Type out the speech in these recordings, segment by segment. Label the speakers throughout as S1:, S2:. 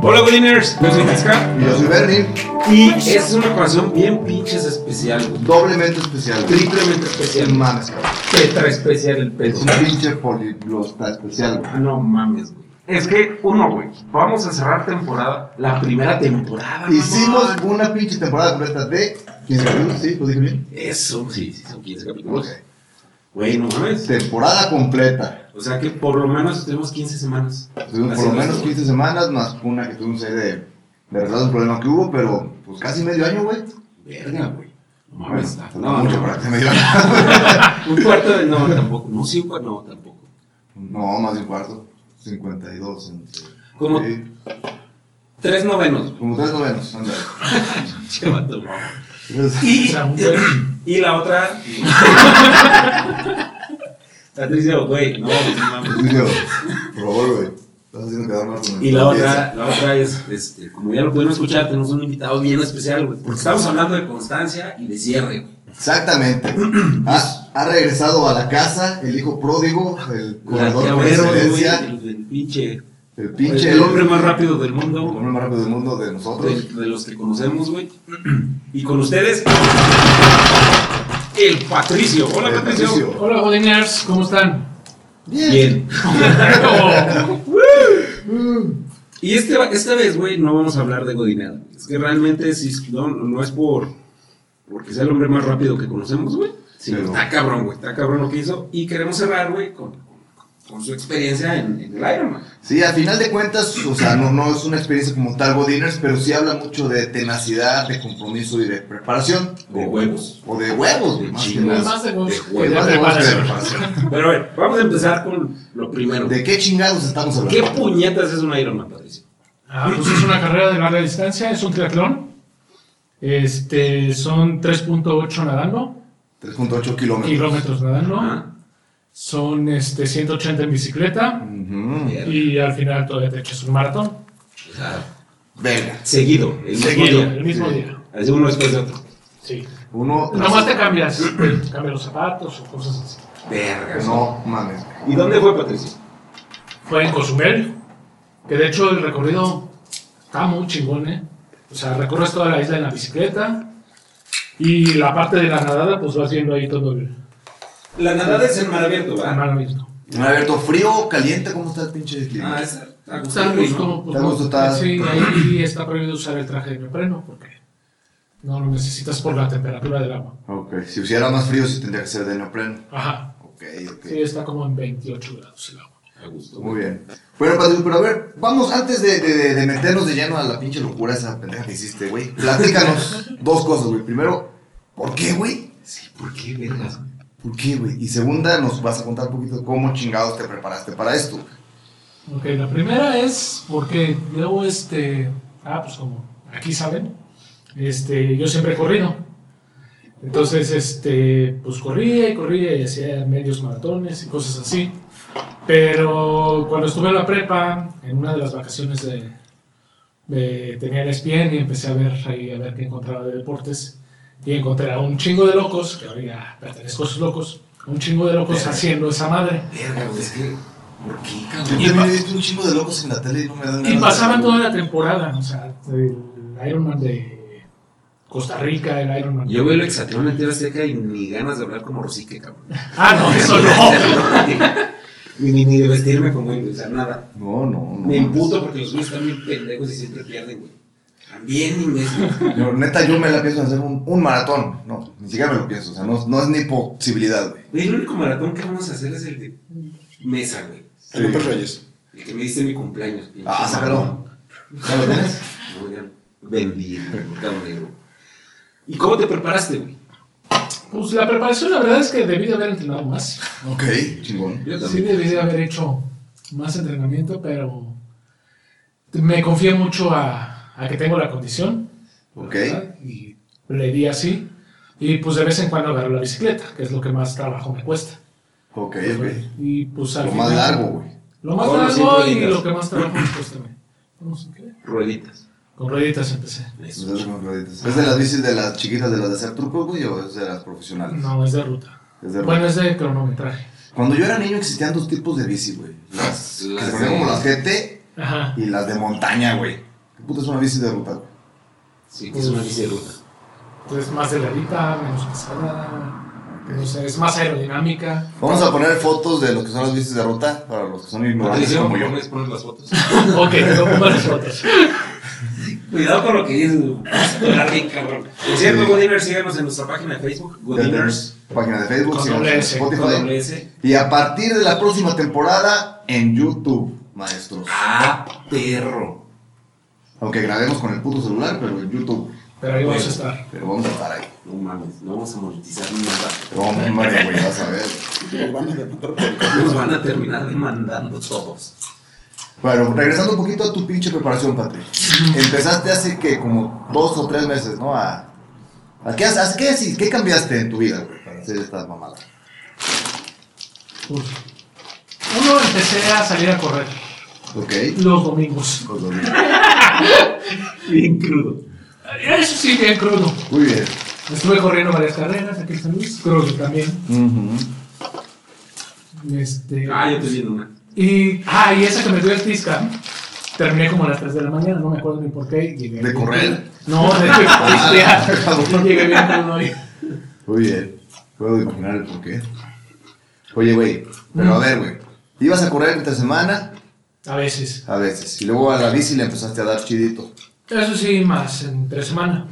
S1: Gobliners, yo soy Hexcraft
S2: Y yo soy Bernie,
S1: y esta es una ocasión bien pinches especial, güey.
S2: doblemente especial.
S1: Triplemente especial.
S2: Mames, cabrón.
S1: Petra especial el
S2: Es
S1: pedo.
S2: un pinche poliglota especial. güey.
S1: Ah, No mames, güey. Es que, uno, güey, vamos a cerrar temporada, la primera temporada. mamón.
S2: Hicimos una pinche temporada completa de 15 capítulos, ¿sí? ¿Lo dije bien?
S1: Eso, sí, sí, son 15
S2: Ok.
S1: capítulos. Güey, no mames.
S2: Temporada completa.
S1: O sea que por lo menos tenemos 15 semanas.
S2: Tuvimos por
S1: Así
S2: lo
S1: es,
S2: menos
S1: güey.
S2: 15 semanas, más una que tuvimos ahí de, de arreglar un problema que hubo, pero pues casi medio año, güey.
S1: Verga, güey. No
S2: Bueno,
S1: mames.
S2: faltaba
S1: no,
S2: mucho
S1: no.
S2: para que medio año.
S1: Un cuarto de. No, tampoco. No, sí, un cuarto. No, tampoco.
S2: No, más de un cuarto. 52. entre-
S1: Como
S2: sí,
S1: tres novenos.
S2: como tres novenos. anda.
S1: Che, vato, mamón.
S2: Entonces,
S1: Y,
S3: O sea, un buen-
S1: y la otra. Está triste, güey. No, no mames.
S2: digo, Por favor, güey. Estás haciendo quedar mal con
S1: Y la
S2: audiencia.
S1: otra, la otra es, este, como ya lo pudieron escuchar, tenemos un invitado bien especial, güey. Porque estamos hablando de constancia y de cierre, güey.
S2: Exactamente. ha, ha regresado a la casa el hijo pródigo, el corredor por
S1: Lateadero, güey,
S2: excelencia,
S1: el, del pinche.
S2: el pinche.
S1: el hombre más rápido del
S2: el hombre
S1: mundo,
S2: más rápido del mundo de
S1: de,
S2: nosotros.
S1: de los que conocemos, güey. Y con ustedes, el Patricio. Hola,
S2: el
S1: Patricio.
S2: Patricio.
S3: Hola, Godiners, ¿cómo están?
S1: Bien.
S3: Oh,
S1: Y este, esta vez, güey, no vamos a hablar de Godinada. Es que realmente si, no, no es por porque sea el hombre más rápido que conocemos, güey. Sino
S2: Pero-
S1: está cabrón, güey. Está cabrón lo que hizo. Y queremos cerrar, güey, con, con su experiencia en, en el Ironman.
S2: Sí, al final de cuentas, o sea, no, no es una experiencia como tal Godiners, pero sí habla mucho de tenacidad, de compromiso y de preparación.
S1: De huevos.
S2: O de huevos, güey,
S1: De
S2: más que
S1: chingas.
S2: nada.
S3: es más de vos.
S1: De
S3: que
S1: juego,
S3: de
S2: más de vos que de
S3: preparación.
S1: Pero a ver, vamos a empezar con lo primero.
S2: ¿De qué chingados estamos hablando?
S1: ¿Qué puñetas es un Ironman, Patricio?
S3: Ah, pues es una carrera de larga distancia, es un triatlón. Este, son 3.8 nadando,
S2: 3.8 kilómetros.
S3: kilómetros nadando.
S1: Ajá.
S3: Son este, 180 en bicicleta.
S2: Ujú.
S1: Verga.
S3: Y al final todavía te echas un maratón.
S1: O sea,
S2: Venga.
S1: seguido, el mismo
S3: Seguido,
S1: día.
S3: el mismo
S2: Sí.
S3: día.
S1: Así uno después de otro.
S3: Sí.
S2: Uno. tras-
S3: Nomás te cambias, te cambias los zapatos o cosas así.
S1: Verga.
S2: No mames.
S1: ¿Y dónde fue, Patricio?
S3: Fue en Cozumel, que de hecho el recorrido está muy chingón, ¿eh? O sea, recorres toda la isla en la bicicleta y la parte de la nadada, pues vas viendo ahí todo el
S1: La nadada es en mar abierto,
S3: el
S1: ¿verdad?
S3: mar abierto.
S2: Alberto, ¿frío caliente? ¿Cómo está el pinche clima?
S1: Ah, es a gusto,
S3: Está a
S1: ¿no?
S3: gusto, pues,
S2: Está a gusto,
S3: no-
S2: está-
S3: sí, ahí está prohibido usar el traje de neopreno porque no lo necesitas por la temperatura del agua.
S2: Ok. Si hubiera más frío, sí tendría que ser de neopreno.
S3: Ajá,
S2: Ok, ok.
S3: sí, está como en 28 grados el agua.
S1: A gusto.
S2: Muy bien. Bueno, Patricio, pero a ver, vamos antes de, de- de meternos de lleno a la pinche locura esa pendeja que hiciste, güey. Platícanos dos cosas, güey. Primero, ¿por qué, güey?
S1: Sí, ¿por qué, vergas?
S2: ¿Por qué, güey? Y segunda, nos vas a contar un poquito cómo chingados te preparaste para esto.
S3: Ok, la primera es porque yo, este, ah, pues como aquí saben, este, yo siempre he corrido. Entonces, este, pues corría y corría y hacía medios maratones y cosas así. Pero cuando estuve en la prepa, en una de las vacaciones de, de- tenía el ESPN y empecé a ver ahí a ver qué encontraba de deportes. Y encontré a un chingo de locos, que ahora ya pertenezco a sus locos, un chingo de locos haciendo esa madre.
S1: Verga, güey, es que. ¿Por qué,
S2: Yo
S1: cabrón?
S2: también he visto un chingo de locos en la tele y no me dan ganas
S3: Y
S2: de-
S3: pasaban toda la temporada, o sea, el Ironman de Costa Rica, el Ironman.
S1: Yo veo el hexatlón en tierra seca y ni ganas de hablar como Rosique, cabrón.
S3: Ah, no, eso no.
S1: Ni, ni, ni de vestirme como él, güey, o sea, nada.
S2: No, no, no.
S1: Me imputo porque los güeyes están bien pendejos y siempre pierden, güey. También imbéciles.
S2: Yo, neta, yo me la pienso en hacer un, un maratón. No, ni siquiera me lo pienso. O sea, no, no es ni posibilidad, güey.
S1: Güey, el único maratón que vamos a hacer es el de mesa, güey.
S4: López Reyes.
S1: El que me diste en mi cumpleaños. pinche
S2: Ah, sácalo.
S1: maratón.
S2: ¿Ya lo tienes?
S1: No, ya. Bendito, mercado negro. ¿Y cómo te preparaste, güey?
S3: Pues la preparación, la verdad es que debí de haber entrenado más.
S2: Ok, chingón.
S1: Yo
S3: Sí, debí de haber hecho más entrenamiento, pero me confié mucho a, a que tengo la condición.
S2: Ok.
S3: ¿verdad? Y le di así. Y pues de vez en cuando agarro la bicicleta, que es lo que más trabajo me cuesta.
S2: Ok, ok.
S3: Y pues al
S2: Lo más
S3: final-
S2: largo, güey.
S3: Lo más
S1: Con los
S3: largo y
S1: cinco
S3: lo que más trabajo me cuesta. güey. Vamos, ¿qué?
S1: Rueditas.
S3: Con rueditas empecé.
S2: Pues es como que dices, ¿Es de las bicis de las chiquitas de las de hacer trucos, güey, o es de las profesionales?
S3: No, es de ruta.
S2: Es de-
S3: Bueno, es de cronometraje.
S2: Cuando yo era niño existían dos tipos de bici, güey. Las, que
S1: Las
S2: se ponían
S1: de-
S2: como las GT
S3: Ajá.
S2: y las de montaña, güey. ¿Qué puta es una bici de ruta? güey?
S1: Sí, que es una bici de ruta.
S3: Entonces, más delgadita, menos pesada. No sé, es más aerodinámica.
S2: Vamos a poner fotos de lo que son las bicis de ruta para los que son ignorantes
S1: Patricio,
S2: como
S1: ¿por qué
S2: yo.
S1: no puedes poner las fotos?
S3: ok, no pongo las fotos.
S1: Cuidado con lo que dices, güey. Vas a quedar bien cabrón. Por cierto, Godiners, síganos en nuestra página de Facebook,
S2: Ya
S1: Godiners,
S2: tenemos Página de Facebook,
S3: Con
S2: síganos
S3: doble
S2: en
S3: S,
S1: con
S2: Spotify.
S1: doble S.
S2: Y a partir de la próxima temporada en YouTube, maestros.
S1: Ah, perro.
S2: Aunque grabemos con el puto celular, pero en YouTube.
S3: Pero ahí vamos a
S1: Bueno.
S3: estar.
S2: Pero vamos a estar ahí.
S1: No mames, no vamos a monetizar nada.
S2: Hombre, güey, vas a ver.
S1: Nos van a terminar demandando todos.
S2: Bueno, regresando un poquito a tu pinche preparación, Patrick. Empezaste hace que como dos o tres meses, ¿no? A, a qué, haces? qué, haces? ¿Qué cambiaste en tu vida, güey, para hacer estas mamadas?
S3: Uf. Uno, empecé a salir a correr
S2: ¿Ok?
S3: los domingos.
S2: Pues lo digo.
S1: Bien crudo.
S3: Eso sí, bien crudo.
S2: Muy bien.
S3: Estuve corriendo varias carreras aquí en San Luis, creo que también. Este,
S1: Ah, yo te vi en una.
S3: Y, ah, y esa que me dio el Tisca, terminé como a las 3 de la mañana, no me acuerdo ni por qué. Llegué
S2: ¿De correr?
S3: No, de
S2: Ah,
S3: pistear.
S2: por favor.
S3: Llegué bien crudo hoy.
S2: Muy bien. Puedo imaginar el porqué. Oye, güey, pero a ver, güey. Ibas a correr entre semana
S3: A veces.
S2: a veces. Y luego a la bici le empezaste a dar chidito.
S3: Eso sí, más entre semana.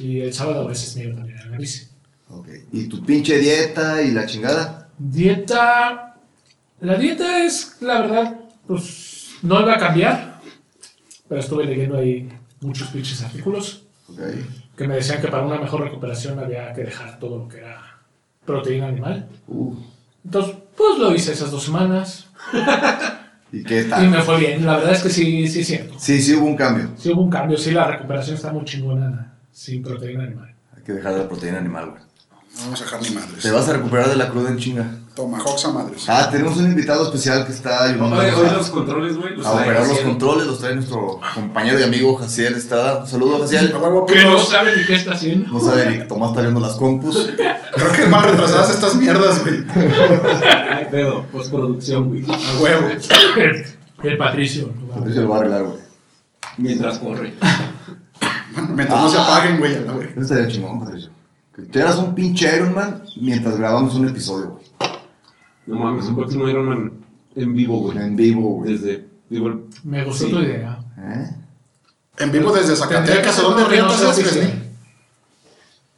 S3: Y el sábado a veces me iba también a la bici.
S2: Ok. ¿Y tu pinche dieta y la chingada?
S3: Dieta. La dieta es, la verdad, pues no iba a cambiar. Pero estuve leyendo ahí muchos pinches artículos
S2: Ok.
S3: que me decían que para una mejor recuperación había que dejar todo lo que era proteína animal.
S2: Uh,
S3: Entonces, pues lo hice esas dos semanas.
S2: ¿Y qué
S3: Y
S2: tal?
S3: me fue bien, la verdad es que sí, sí es cierto.
S2: Sí, sí hubo un cambio.
S3: Sí hubo un cambio, sí, la recuperación está muy chingona sin proteína animal.
S2: Hay que dejar la proteína animal, güey.
S4: No vamos a dejar ni madres.
S2: Te vas a recuperar de la cruda en chinga.
S4: Tomahawks a madres.
S2: Pues Ah, tenemos un invitado especial que está ayudando
S1: Hoy, hoy los
S2: a,
S1: controles, güey, los
S2: a operar los
S1: trae Jaciel.
S2: controles. Los trae nuestro compañero y amigo Jaciel Estrada. Un saludo, Jaciel.
S4: A huevo,
S3: Que no
S4: putos.
S3: saben ni qué está haciendo.
S2: No sabe ni que Tomás está viendo las compus.
S4: Creo que más retrasadas estas mierdas, güey.
S1: Ay, pedo, postproducción, güey.
S4: A huevo.
S3: El Patricio. ¿no?
S2: Patricio lo va a arreglar, güey.
S1: Mientras corre.
S4: Bueno,
S2: Ah,
S4: mientras no se apaguen, güey, a la güey.
S2: Eso estaría chingón, Patricio. Que tú eras un pinche Iron Man mientras grabamos un episodio, güey.
S1: No mames, un próximo Iron Man en vivo, güey.
S2: En vivo, güey.
S1: Desde, digo,
S3: Me gustó
S1: Sí.
S3: tu idea.
S2: ¿Eh?
S4: En vivo desde Zacatecas, ¿a
S3: hacer
S4: dónde
S3: algo que no
S4: riendas
S3: sea
S4: haces,
S3: oficial,
S4: güey?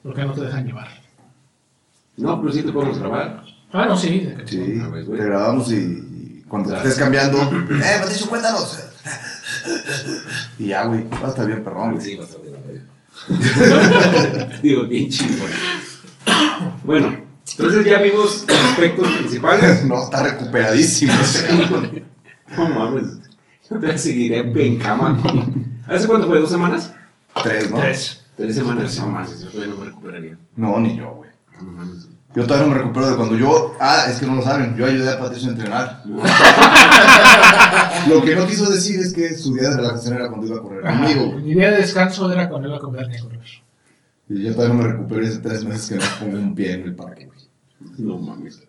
S3: Porque no te dejan llevar.
S1: no, pero sí te podemos grabar.
S3: Ah, no, sí. de que-
S2: Sí,
S1: Ah, güey, güey.
S2: te grabamos y, y cuando te
S1: Claro.
S2: estés cambiando. ¡Eh, Patricio, cuéntanos! y ya, güey. Va a estar bien, perrón, güey.
S1: Ah, Sí, vas a ver, a ver. Digo, bien chido. Bueno, entonces ya vimos aspectos principales.
S2: No, está recuperadísimo.
S1: No mames, yo te seguiré en cama. ¿Hace cuánto fue? ¿Dos semanas?
S2: Tres, ¿no?
S3: Tres.
S1: Tres semanas. No mames, yo todavía no me recuperaría.
S2: No, ni yo, güey.
S1: No mames. güey.
S2: Yo todavía no me recupero de cuando yo. Ah, es que no lo saben. Yo ayudé a Patricio a entrenar. Lo que no quiso decir es que su día de relajación era cuando iba a correr conmigo, güey.
S3: Mi día de descanso era cuando iba a comer ni a correr.
S2: Y yo todavía no me recupero hace tres meses que no pongo un pie en el parque, güey.
S1: No mames.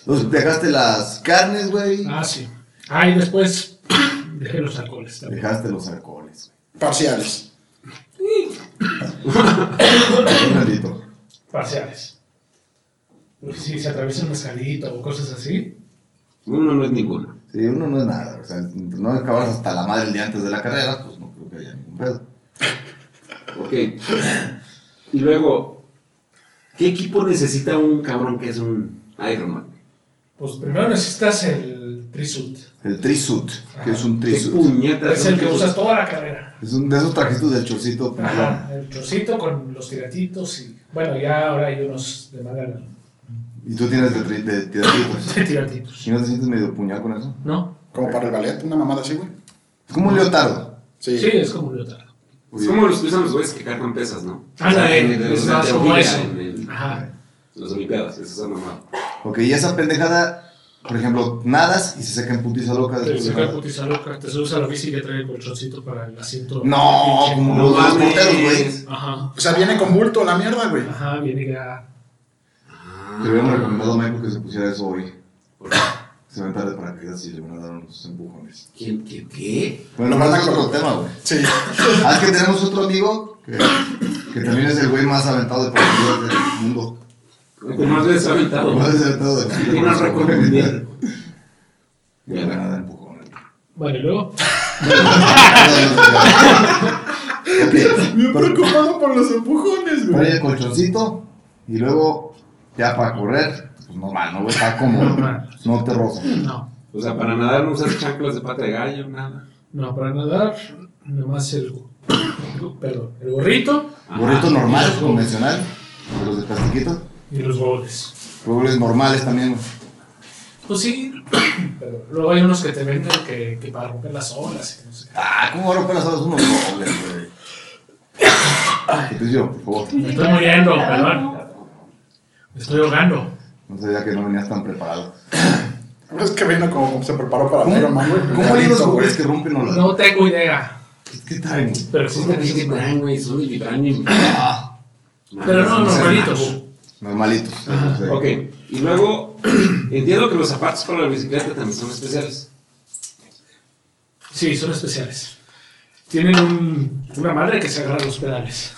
S2: Entonces dejaste las carnes, güey.
S3: Ah, sí. Ah, y después dejé los alcoholes también.
S2: Dejaste los alcoholes,
S4: Parciales.
S2: güey. Un ratito.
S3: Parciales. Porque si se atraviesa un mezcalito o cosas así.
S1: Uno no es ninguno.
S2: Sí, uno no es nada. O sea, mientras no acabas hasta la madre el día antes de la carrera, pues no creo que haya ningún pedo.
S1: Ok. Y luego, ¿qué equipo necesita un cabrón que es un Iron Man?
S3: Pues primero necesitas el trisuit.
S2: El trisuit, que es un
S1: ¿Qué
S2: trisuit.
S1: puñetas?
S3: Es el que usas toda la carrera.
S2: Es un de esos trajitos del chorcito.
S3: Ajá, el chorcito con los tiratitos y... Bueno, ya ahora hay unos de madera
S2: Y tú tienes de, tri- de tiraditos.
S3: de tiratitos.
S2: ¿Y no te sientes medio puñal con eso?
S3: ¿No?
S4: Como para el ballet, una mamada así, güey.
S2: Es como un leotardo.
S4: Sí.
S3: Sí, es como un leotardo.
S1: Es como Pues, los que usan los güeyes que cargan pesas, ¿no?
S3: Ah,
S1: en-
S3: eh,
S1: en-
S3: es
S1: en la
S3: más como
S1: teoría,
S3: eso.
S1: en el-
S3: Ajá.
S1: Las olimpiadas, eso es una mamada.
S2: Ok, y esa pendejada, por ejemplo, nadas y se seca en putiza loca.
S3: Te
S2: después de
S3: saca
S2: nadar.
S3: putiza loca, te subes a la bici y ya trae el colchoncito para el asiento.
S2: No,
S3: Pinche-
S2: como
S1: No
S2: los dos
S1: mames.
S2: porteros, güey.
S3: Ajá.
S4: O sea, viene con bulto la mierda, güey.
S3: Ajá, viene ya...
S2: Te hubiéramos recomendado a Michael que se pusiera eso hoy. Se me tarde para que y le van a dar unos empujones.
S1: ¿Quién, quién, qué?
S2: Bueno,
S4: Nos
S2: no
S4: van
S2: es
S4: a
S2: otro
S4: cortar.
S2: tema, güey.
S4: Sí.
S2: Ah, es que tenemos otro amigo que, que también es el güey más aventado de partidos del mundo.
S1: Que más les ha aventado.
S2: Más aventado del mundo.
S1: Tiene un récord mundial.
S2: Y le van a dar empujones.
S3: Bueno, y luego.
S4: Bien preocupado por los empujones, güey.
S2: Trae el colchoncito y luego ya para correr, pues no mal, no güey, está cómodo, no te rozas.
S3: No,
S1: O sea, para nadar no usas chanclas de pata de gallo, nada.
S3: no, para nadar, nada más el. Perdón, el gorrito
S2: Burrito normal, convencional, de los de plastiquito,
S3: y los goles.
S2: robles normales también. güey.
S3: Pues sí, pero luego hay unos que te venden que, que para romper las olas y no sé.
S2: Ah, ¿cómo romper las olas unos robles, güey? ¿Qué te yo, por favor?
S3: Me estoy muriendo, perdón. Me estoy ahogando.
S2: No sabía que no venías tan preparado.
S4: Es que vino como se preparó para
S2: ¿Cómo,
S4: Iron Man, güey.
S2: cómo hay unos
S4: Carito, güey.
S2: robles que rompen olas?
S3: pues, No tengo idea,
S2: ¿Qué- ¿Qué traen? güey?
S3: pero sí
S1: Son de
S3: te
S1: Big
S3: dicen.
S1: Bang, güey, son de Big Bang y-
S2: Ah,
S3: Pero no, los gorritos.
S2: normalitos.
S3: Ajá,
S2: sí.
S1: Ok, y luego entiendo que los zapatos para la bicicleta también son especiales.
S3: Sí, son especiales. Tienen un, una madre que se agarra los pedales.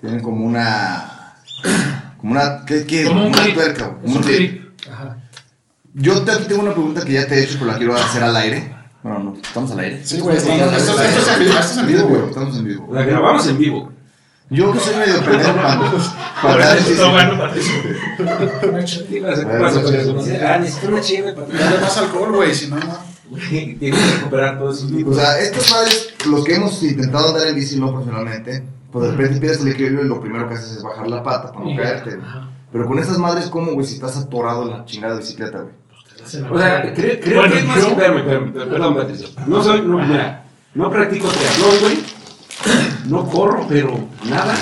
S2: Tienen como una. Como una. ¿Qué, qué?
S3: Como un
S2: una
S3: clip.
S2: tuerca. güey,
S3: Es
S2: como
S3: un
S2: un clip.
S3: clip. Ajá.
S2: Yo te, aquí tengo una pregunta que ya te he hecho, pero la quiero hacer al aire. Bueno, no, estamos al aire.
S4: Sí, güey.
S2: Sí,
S4: Esto
S2: sí,
S4: esto-
S2: sí.
S4: esto es en vivo, esto es en vivo, güey.
S2: Estamos en vivo.
S1: La grabamos en vivo.
S2: Yo que soy medio pendejo para, para
S3: Ahora
S2: dar
S3: sí
S2: ese-
S3: está bueno, Patricio.
S1: Ah, necesito una chévere para
S4: Dale más alcohol, güey, si no, no.
S1: Tienes que recuperar todos esos
S2: O
S1: tipos.
S2: sea, estos padres, los que hemos intentado andar en bici no profesionalmente, pues de repente empiezas el equilibrio y lo primero que haces es bajar la pata para no caerte. güey.
S3: Ajá.
S2: Pero con esas madres, ¿cómo, güey? Si estás atorado en la chingada bicicleta, güey.
S1: O sea, creo, creo
S3: Bueno,
S1: que es más.
S3: yo-
S1: Espérame, espérame, espérame, perdón, Patricio. No soy, no, mira, no practico triatlón, güey. No corro, pero nada.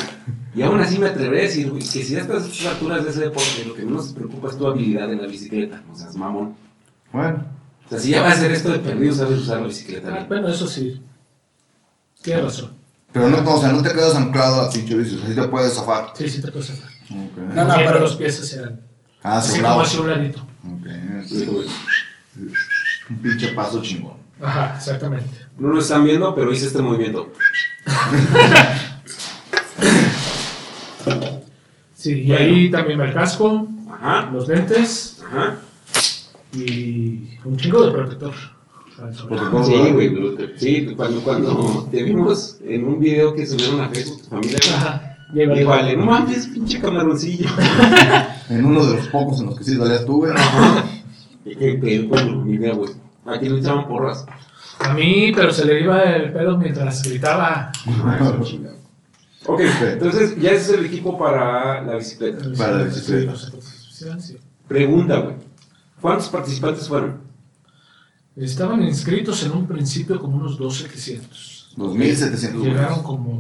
S1: Y aún así me atreveré a decir, güey, que si a estas alturas de ese deporte lo que menos te preocupa es tu habilidad en la bicicleta, o sea, es mamón.
S2: Bueno,
S1: O sea, si ya vas a hacer esto de perdido, sabes usar la bicicleta.
S3: Ah,
S1: bien.
S3: Bueno, eso sí. Tienes razón.
S2: pero no, o sea, no te quedas anclado a la pinche bici, o sea, sí te puedes zafar.
S3: Sí, sí, te cosa.
S2: Ok.
S4: No, no,
S3: Porque
S4: pero-
S3: los pies hacia el-
S2: Ah,
S3: Así como
S2: sobrado.
S3: hacia un ladito.
S2: Ok,
S1: Sí,
S2: sí.
S1: güey.
S2: Un pinche paso chingón.
S3: Ajá, exactamente.
S1: No lo están viendo, pero hice este movimiento.
S3: Sí, y ahí también va el casco,
S1: Ajá,
S3: los lentes
S1: ajá.
S3: y un chingo de protector. Para el sobre.
S2: Porque ¿cómo
S1: Sí,
S2: va?
S1: güey, pero te- sí, pues, cuando, cuando te vimos en un video que subieron a Facebook, tu familia,
S3: Ajá. Y ahí va
S1: güey,
S3: el-
S1: igual, no mames, pinche camaroncillo.
S2: En uno de los pocos en los que sí salías tú, güey.
S1: Que pedo con mi familia, güey. Aquí no echaban porras.
S3: A mí, pero se le iba el pelo mientras gritaba.
S1: Ok, entonces ya ese es el equipo para la bicicleta.
S2: Para la bicicleta.
S3: pues, Sí.
S1: Pregunta, güey. ¿Cuántos participantes fueron?
S3: Estaban inscritos en un principio como unos 2.700.
S2: 2700
S3: Llegaron
S2: güeyes.
S3: como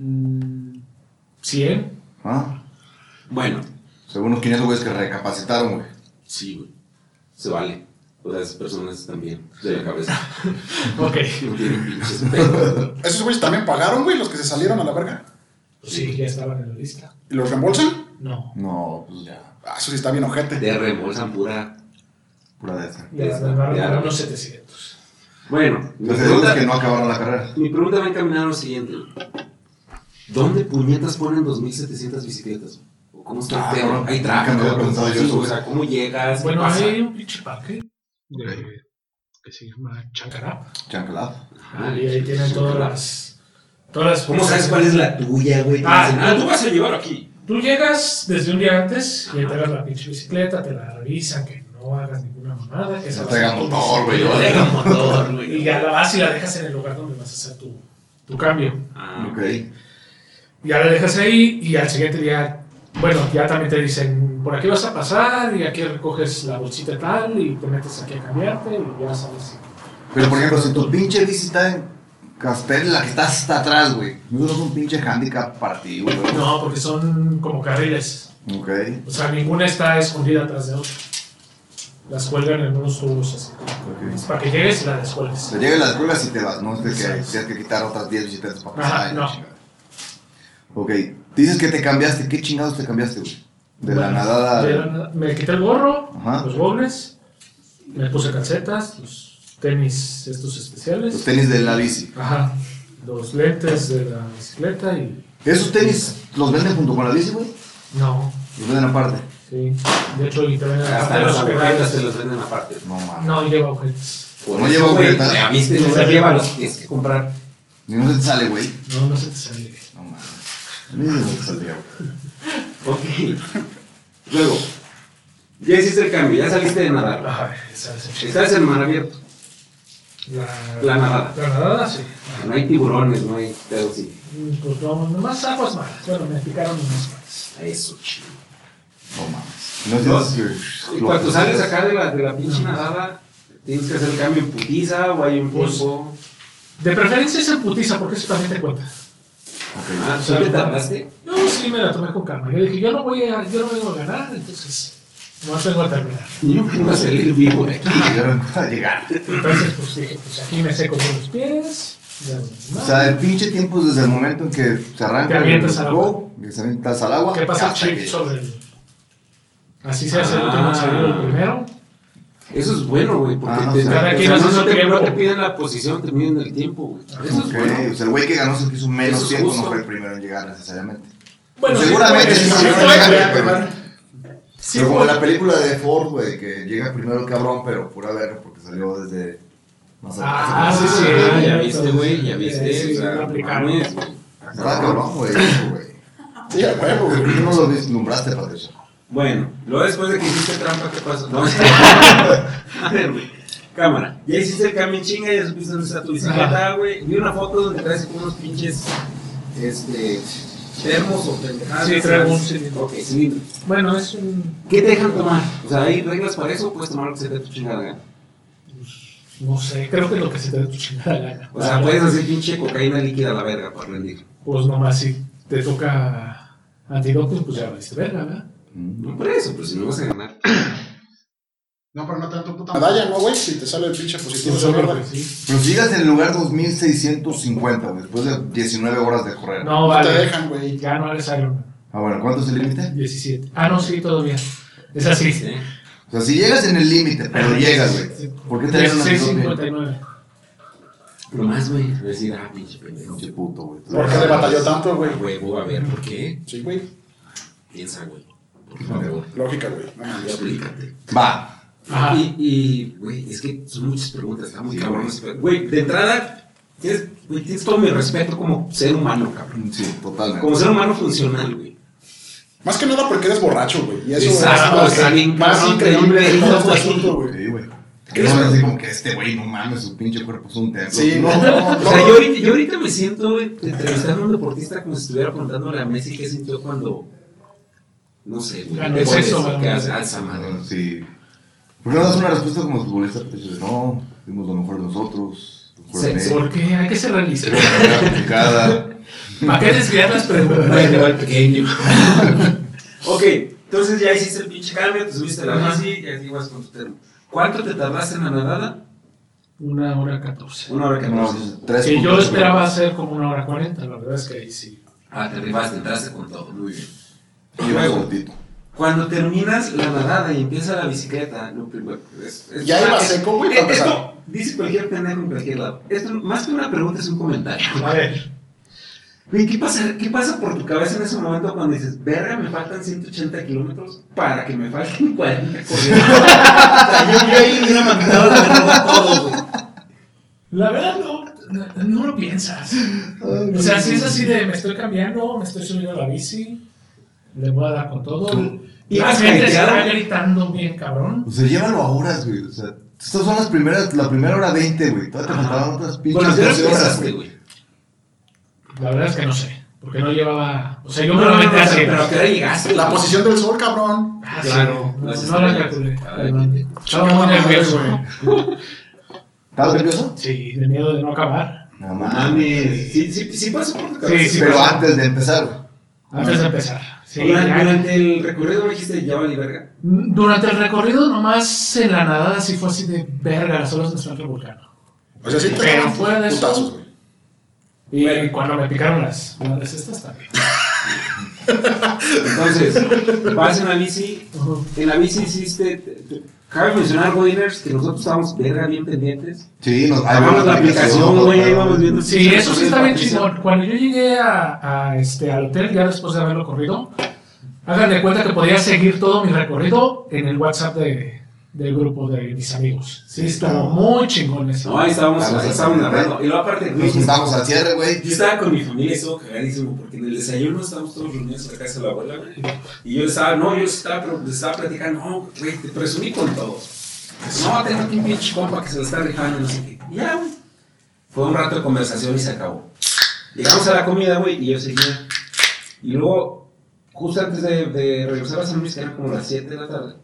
S3: 2.100.
S2: Ah,
S1: Bueno,
S2: según unos 500 güeyes que recapacitaron, güey.
S1: sí, güey. Se vale. O sea, esas personas también de la cabeza.
S3: Ok.
S1: No tienen pinches pedos.
S4: Esos güeyes también pagaron, güey, los que se salieron a la verga.
S3: Pues sí, ya estaban en la lista.
S4: ¿Y los reembolsan?
S3: No.
S2: No, pues ya,
S4: Ah, eso sí está bien ojete.
S1: Te reembolsan pura.
S2: pura de esa.
S3: Ya
S1: Esta,
S3: estaban
S1: ya.
S3: unos 700.
S1: Bueno, mi
S2: Los es
S1: pregunta,
S2: que no acabaron la carrera.
S1: mi pregunta va encaminada a lo siguiente. güey. ¿Dónde puñetas ponen 2.700 bicicletas? güey? ¿O ¿Cómo está
S2: Ah,
S1: el pedo?
S2: cabrón,
S1: Hay
S2: nunca me había
S1: tráfico.
S2: pensado yo
S1: sí,
S2: eso,
S1: O sea, ¿cómo llegas? ¿Qué
S3: Bueno,
S1: pasa?
S3: hay un pinche parque de- que se llama Chancará.
S2: Chancalado.
S1: Ah,
S3: y ahí tienen todas las. Todas las
S1: ¿Cómo sabes cuál es la tuya, güey? Te
S3: Ah,
S1: dicen, ah, tú vas a llevar aquí.
S3: Tú llegas desde un día antes y entregas la pinche bicicleta, te la revisan, que no hagas ninguna mamada, que
S2: Que se
S3: sea
S2: traiga
S3: tu
S2: motor, güey.
S1: Yo
S2: yo-
S1: tengo motor,
S3: Y
S1: güey.
S3: ya la vas y la dejas en el lugar donde vas a hacer tu, tu cambio.
S1: Ah,
S2: Ok.
S3: Ya la dejas ahí y al siguiente día, bueno, ya también te dicen, por aquí vas a pasar y aquí recoges la bolsita tal y te metes aquí a cambiarte y ya sales.
S2: Pero por ejemplo, si tu pinche bici está en Castel, la que está hasta atrás, güey. No es un pinche handicap para ti, güey.
S3: y- No, porque son como carriles.
S2: Ok.
S3: O sea, ninguna está escondida atrás de otra. Las cuelgan en unos tubos así.
S2: Ok.
S3: Es para que llegues y la
S2: O
S3: descuelgues.
S2: sea, llega a la escuela si te vas, ¿no? Es de que
S3: Exacto.
S2: tienes que quitar otras 10 bicicletas para
S3: Ajá,
S2: pasar. ahí, la
S3: no.
S2: chingada. Ok. Dices que te cambiaste. ¿Qué chingados te cambiaste, güey? De la nadada.
S3: De la nada- Me quité el gorro,
S2: Ajá.
S3: los gobles Me puse calcetas, los tenis estos
S2: Los
S3: especiales.
S2: tenis de la bici.
S3: Ajá. Los lentes de la bicicleta y.
S2: ¿Esos tenis los venden junto con la bici, güey?
S3: No,
S2: Los venden aparte.
S3: sí. De hecho, y también
S1: Hasta
S3: de
S1: los
S3: los
S1: agujetas
S3: pedales.
S1: se los venden aparte.
S2: No mames.
S3: No lleva objetos.
S1: Por
S2: Pues No
S1: eso,
S2: lleva
S1: güey,
S2: agujetas.
S1: A mí se
S3: No
S1: me
S3: lleva.
S1: lleva los tienes que comprar.
S2: Ni no se te sale, güey.
S3: No, no se te sale.
S2: No mames. A mí no se me saldría, güey.
S1: Ok. Luego, ya hiciste el cambio, ya saliste de nadar.
S3: Ay, esa es
S1: Estás en mar abierto.
S3: la,
S1: La nadada.
S3: La nadada, sí.
S1: No hay tiburones, no hay pedos así.
S3: Mm, Pues vamos, nomás aguas malas. Bueno, me picaron unas malas.
S1: Eso, chido.
S2: No mames. No tienes
S1: Y cuando sales acá de la, de la pinche nadada, tienes que hacer cambio en putiza o hay un
S3: Pues,
S1: tiempo.
S3: De preferencia se putiza, porque eso también te cuenta.
S2: Ok.
S1: Ah, ¿tú te tardaste?
S3: Yo sí me la tomé con calma. Yo dije, yo no voy a, yo no vengo a ganar, entonces no tengo a terminar.
S1: Yo me iba a salir vivo de aquí.
S2: Y ahora empieza a llegar.
S3: Entonces, pues dije, pues aquí me seco con los pies, ya no
S2: O sea, el pinche tiempo es desde el momento en que se arranca.
S3: Te avientas al agua.
S2: go, Y se avientas al agua.
S3: ¿Qué pasa el
S2: hasta
S3: chip
S2: que-
S3: sobre el... Así se hace el
S1: Ah.
S3: último en salir el primero.
S1: Eso es bueno, güey, porque
S2: Ah,
S1: te,
S2: o sea,
S3: cada
S1: o
S3: quien
S1: sea,
S3: hace
S1: no,
S3: su
S1: no te,
S3: tiempo.
S1: no te piden la posición, te miden el tiempo, güey. Eso
S2: Ok,
S1: es bueno.
S2: O sea, el güey que ganó se quiso menos
S1: Eso es
S2: tiempo,
S1: justo.
S2: no fue el primero en llegar necesariamente.
S3: Bueno,
S2: Pues Seguramente
S3: sí
S2: sí,
S3: fue, sí
S2: seguramente
S3: fue,
S2: llegaste,
S3: pero-
S2: pero-
S3: sí pues.
S2: pero como
S3: fue.
S2: la película de Ford, güey, que llega primero el cabrón, pero pura verga, porque salió desde más
S3: Ah,
S2: atrás.
S3: sí, sí.
S1: Ah, ya viste, güey, ya viste.
S3: Sí, sí,
S1: o sea,
S3: lo aplicaron.
S1: mames, güey.
S2: Está cabrón, güey, eso, güey. Sí, a huevo, güey. Tú no lo vislumbraste, Patricia.
S1: Bueno, luego después de que hiciste trampa, ¿qué pasó? No. A ver, güey. Cámara. Ya hiciste el cambio en chinga, ya supiste dónde está tu bicicleta, güey. Vi una foto donde traes como unos pinches, este, termos o pendejadas.
S3: Sí, traigo un cilindro.
S1: Ok, cilindro.
S3: Bueno, es un...
S1: ¿Qué te dejan tomar? O sea, ¿hay reglas para eso? ¿Puedes tomar lo que se te dé tu chingada gana?
S3: No sé, creo que lo que se te dé tu chingada gana.
S1: O sea, puedes hacer pinche cocaína líquida a la verga para rendir.
S3: Pues nomás si te toca antidoping, pues ya valiste verga, ¿verdad?
S1: No por eso, pero si no vas a ganar.
S4: No, pero no tanto puta medalla, ¿no, güey? Si te sale el pinche positivo esa mierda.
S3: Sí.
S2: Pero si llegas en el lugar 2650, güey, después de 19 horas de correr.
S3: No,
S4: No te
S3: vale.
S4: dejan, güey.
S3: Ya no eres Iron Man.
S2: Ah, bueno, ¿cuánto es el límite?
S3: 17. Ah, no, sí, todavía. Es así.
S1: Sí.
S2: O sea, si llegas en el límite, pero llegas, güey. ¿Por qué te dejan una
S3: 16.59.
S1: Nomás, güey, decir, ah, pinche pendejo.
S2: Pinche puto, güey.
S4: ¿Por qué le batalló tanto, güey?
S1: Huevo, a ver, ¿por qué?
S4: Sí, güey.
S1: Piensa, güey. Por favor,
S4: Lógica, güey. No
S1: y
S4: mames.
S1: aplícate.
S2: Va.
S3: Ajá.
S1: Y, y, güey, es que son muchas preguntas, está muy
S2: Sí,
S1: cabrón. ese pedo. Güey, de entrada, tienes, güey, tienes todo mi respeto como ser humano, cabrón.
S2: Sí, totalmente.
S1: Como ser humano funcional, güey.
S4: Más que nada porque eres borracho, güey. Y eso
S1: Exacto,
S4: es
S1: está
S4: lo que
S1: bien
S4: más
S1: cabrón,
S4: increíble de
S1: está
S4: todo este
S1: bien
S4: asunto, güey.
S2: Sí, güey. Que no así como que este güey, no mames, su pinche cuerpo es un templo.
S4: Sí, no, no,
S1: O sea, yo
S4: no.
S1: ahorita, yo ahorita me siento güey, entrevistando a un deportista como si estuviera contándole a Messi qué sintió cuando. No sé, güey.
S3: Ganó
S1: no
S3: el
S1: puedes,
S3: sexto,
S1: que
S3: güey.
S1: hace- alza, madre.
S2: Ah, Sí. ¿Por qué no das una respuesta como futbolista? Pues dices, no, dimos lo mejor de nosotros. Lo mejor de
S1: Sí,
S2: mí.
S3: ¿Por qué? Hay que ser realista.
S2: Pero la verdad complicada.
S3: ¿Para qué desviar las preguntas?
S1: Bueno, el pequeño. ok, entonces ya hiciste el pinche cambio, te subiste a la bici y así ibas con tu termo. ¿Cuánto te tardaste en la nadada?
S3: Una hora 14.
S1: Una hora
S2: No,
S1: catorce.
S2: pues, tres
S3: Que yo
S2: puntos,
S3: esperaba hacer como una hora 40. La verdad es que ahí sí.
S1: Ah, te arribaste, entraste con todo, muy bien.
S2: güey. Y vas cortito.
S1: Cuando terminas la nadada y empieza la bicicleta, lo primero- es- es-
S4: Ya iba
S1: es-
S4: seco, güey,
S1: es-
S4: para empezar.
S1: Esto dice cualquier pendejo en cualquier lado. Esto más que una pregunta es un comentario.
S3: A ver.
S1: Güey, ¿qué pasa, ¿qué pasa por tu cabeza en ese momento cuando dices, verga, me faltan 180 kilómetros para que me falten 40 corriendo? o sea, yo, yo ahí hubiera mandado la verdad todo, güey.
S3: La verdad, no, no, no lo piensas. O sea, si es así de me estoy cambiando, me estoy subiendo a la bici, le voy a dar con todo. Y la
S1: ¿Ibas
S3: gente
S1: caeteado?
S3: está gritando bien, cabrón.
S2: O sea, llévalo a horas, güey. O sea, estas son las primeras, la primera hora 20, güey. Todavía te
S1: Ajá.
S2: faltaban otras pinches
S1: Bueno, ¿a qué hora
S2: 12 horas,
S1: empezaste,
S2: güey.
S1: güey?
S3: La verdad es que no sé. Porque no llevaba. O sea, yo
S1: No,
S3: me
S1: no,
S3: lo
S1: no,
S3: metí
S1: pero,
S3: así.
S1: pero ¿a qué hora llegaste?
S4: La posición del sol, cabrón.
S3: Ah,
S1: Claro, Pues
S3: sí, no,
S1: las
S3: no la
S1: estrellas.
S3: calculé.
S1: Ay,
S3: perdón.
S1: qué-
S3: Estaba muy
S4: Madre,
S3: nervioso.
S4: güey.
S2: ¿Estabas nervioso?
S3: Sí, de miedo de no acabar.
S2: No
S1: No
S2: mames.
S1: Mames, sí, sí, sí pasó por tu cabeza.
S3: Sí, sí.
S2: Pero
S3: pasó.
S2: antes de empezar, güey.
S3: Antes de empezar. Sí,
S1: durante,
S3: ya-
S1: durante el recorrido me dijiste, ya vale verga.
S3: Durante el recorrido, nomás en la nadada sí fue así de verga, las olas me están revolcando.
S4: O sea, sí te
S3: Pero
S4: dejan
S3: fuera de eso-
S4: putazos, güey.
S3: Y cuando me picaron las madres estas también.
S1: Entonces, vas en la bici,
S3: Ujú.
S1: en la bici hiciste, te- te- Cabe mencionar, Godiners, que nosotros estábamos verga bien pendientes.
S2: Sí, nos
S1: Hagamos la aplicación, güey, ahí vamos viendo.
S3: Sí, eso sí está bien chingón. Cuando yo llegué a, a, este, al hotel, ya después de haberlo corrido, hagan de cuenta que podía seguir todo mi recorrido en el WhatsApp de, del grupo de mis amigos. Sí, estaba muy chingón eso.
S1: No, ahí estábamos,
S2: Claro,
S1: o sea, estábamos
S2: sí,
S1: narrando. Y luego aparte, güey,
S2: Nos juntamos al cierre, güey.
S1: Yo estaba con mi familia y estuvo cagadísimo porque en el desayuno estábamos todos reunidos en la casa de la abuela, güey. Y yo estaba, no, yo estaba, pero les estaba platicando, no, güey, te presumí con todos. No, tengo aquí un pinche compa que se lo está rifando, no sé qué. Y Ya, güey. Fue un rato de conversación y se acabó. Llegamos a la comida, güey, y yo seguía. Y luego, justo antes de, de regresar a San Luis, que eran como las 7 de la tarde,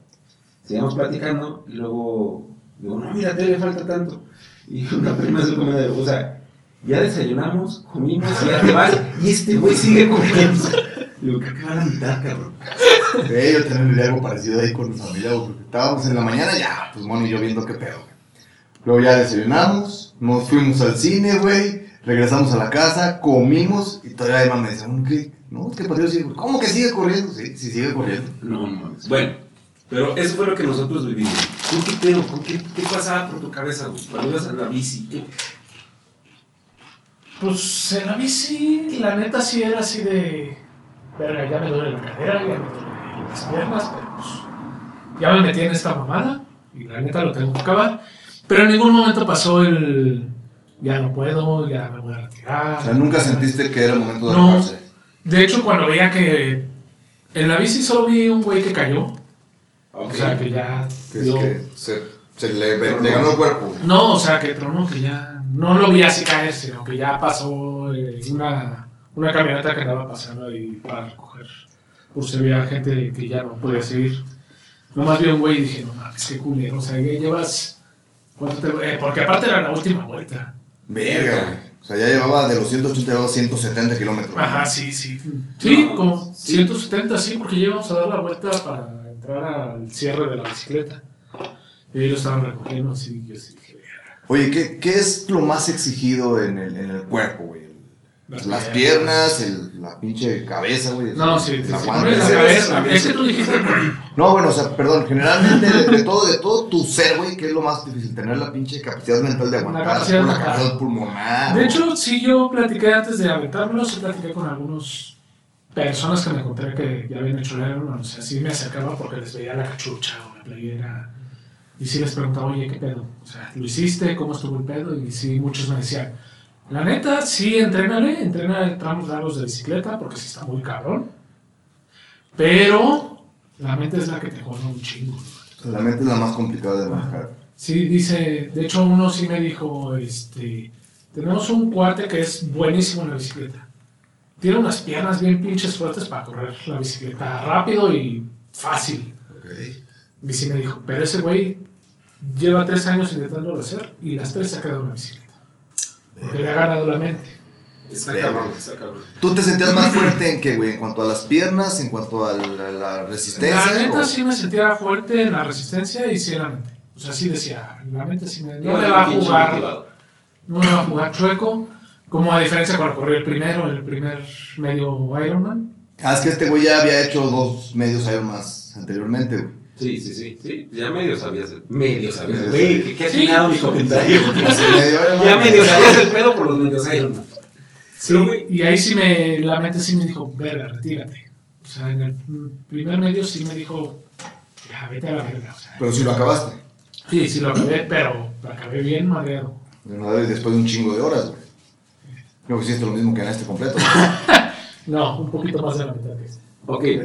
S1: seguíamos platicando y luego, digo, no, mira, te le falta tanto. Y una prima se lo de, o sea, ya desayunamos, comimos, ya te vas, y este güey sigue comiendo. Digo, creo que va a la mitad, cabrón.
S2: Güey, yo también viví algo parecido ahí con mi familia, güey. porque Estábamos en la mañana, ya, pues Moni y yo viendo qué pedo, güey. Luego ya desayunamos, nos fuimos al cine, güey. Regresamos a la casa, comimos y todavía Emma me decía, "Bueno, ¿qué? No, es que el partido sigue corriendo. ¿Cómo que sigue corriendo? Sí, sí sigue corriendo.
S1: No, no, Bueno, pero eso fue lo que nosotros vivimos. ¿Tú qué pedo? ¿Con qué, qué pasaba por tu cabeza, güey? Cuando ibas a la bici, ¿qué?
S3: Pues en la bici, la neta sí era así de. Verga, ya me duele la cadera, ya me duele las piernas, pero pues. Ya me metí en esta mamada y la neta lo tengo que acabar. Pero en ningún momento pasó el. Ya no puedo, ya me voy a retirar.
S2: O sea, nunca sentiste que era el momento de
S3: No.
S2: bajarse.
S3: De hecho, cuando veía que. En la bici solo vi un güey que cayó. O sea, que ya.
S2: Que es
S3: dio-
S2: que se, se le, le ganó el cuerpo. güey.
S3: No, o sea, que tronó, que ya. No lo vi así caer, sino que ya pasó eh, una, una camioneta que andaba pasando y para recoger. Por si había gente que ya no podía seguir. Nomás vi a un güey y dije, no mames, qué culero. O sea, ya llevas. ¿cuánto te- eh, porque aparte era la última vuelta.
S2: Verga, güey. O sea, ya llevaba de los 182 a 170 kilómetros.
S3: Ajá, sí, sí. Sí,
S1: No,
S3: como
S1: sí.
S3: 170, sí, porque ya íbamos a dar la vuelta para entrar al cierre de la bicicleta. Y ellos estaban recogiendo, así yo sí dije, "Verga".
S2: Oye, ¿qué, ¿qué es lo más exigido en el, en el cuerpo, güey? Las, piernas, el- la pinche cabeza, güey.
S3: No, sí, sí,
S2: La
S3: sí.
S2: guante,
S3: Pones la
S2: ese-
S3: cabeza. Es que tú dijiste.
S2: No, bueno, o sea, perdón, generalmente de, de todo, de todo tu ser, güey, que es lo más difícil, tener la pinche capacidad mental de aguantar, la
S3: capacidad
S2: capacidad,
S3: mental.
S2: pulmonar.
S3: De hecho, sí, yo platiqué antes de aventármelo, sí platiqué con algunas personas que me encontré que ya habían hecho el Ironman. O sea, sí me acercaba porque les veía la cachucha o la playera. Y sí les preguntaba, oye, ¿qué pedo? O sea, ¿lo hiciste? ¿Cómo estuvo el pedo? Y sí, muchos me decían, la neta, sí, entrénale, entrena tramos largos de bicicleta porque sí está muy cabrón. Pero la mente es la que te juega un chingo. ¿no?
S2: La mente es la más complicada de manejar.
S3: Sí, dice, de hecho uno sí me dijo, este, tenemos un cuate que es buenísimo en la bicicleta. Tiene unas piernas bien pinches fuertes para correr la bicicleta rápido y fácil. Y sí me dijo, pero ese güey lleva tres años intentándolo hacer y las tres se ha quedado en la bicicleta. Porque le ha ganado la mente.
S1: Está cabrón, está cabrón.
S2: ¿Tú te sentías más fuerte en qué, güey? ¿En cuanto a las piernas? ¿En cuanto a la, la resistencia?
S3: La neta
S2: o-
S3: sí me sentía fuerte en la resistencia y sí en la mente. O sea, sí decía, la mente sí me... No me va a
S1: Pinche
S3: jugar
S1: motivado.
S3: no me va a jugar chueco. Como a diferencia cuando corrió el primero, el primer medio Ironman.
S2: Ah, es que este güey ya había hecho dos medios años más anteriormente, güey.
S1: Sí, sí, sí, sí. Ya medio sabías. el- Medio sabías.
S2: Sí.
S1: Güey, qué- qué atinado mi comentario.
S2: Medio Ironman.
S1: Ya medio sabías el pedo por los medios Ironman.
S3: Sí, y ahí sí me, la mente sí me dijo, verga, retírate. O sea, en el primer medio sí me dijo, ya, vete a la verga. O sea,
S2: Pero si lo acabaste.
S3: sí, sí lo acabé, pero lo acabé bien madreado.
S2: De una vez después de un chingo de horas, güey. Creo que hiciste lo mismo que en este completo.
S3: No, un poquito más de la mitad que este.
S1: Ok,
S2: güey.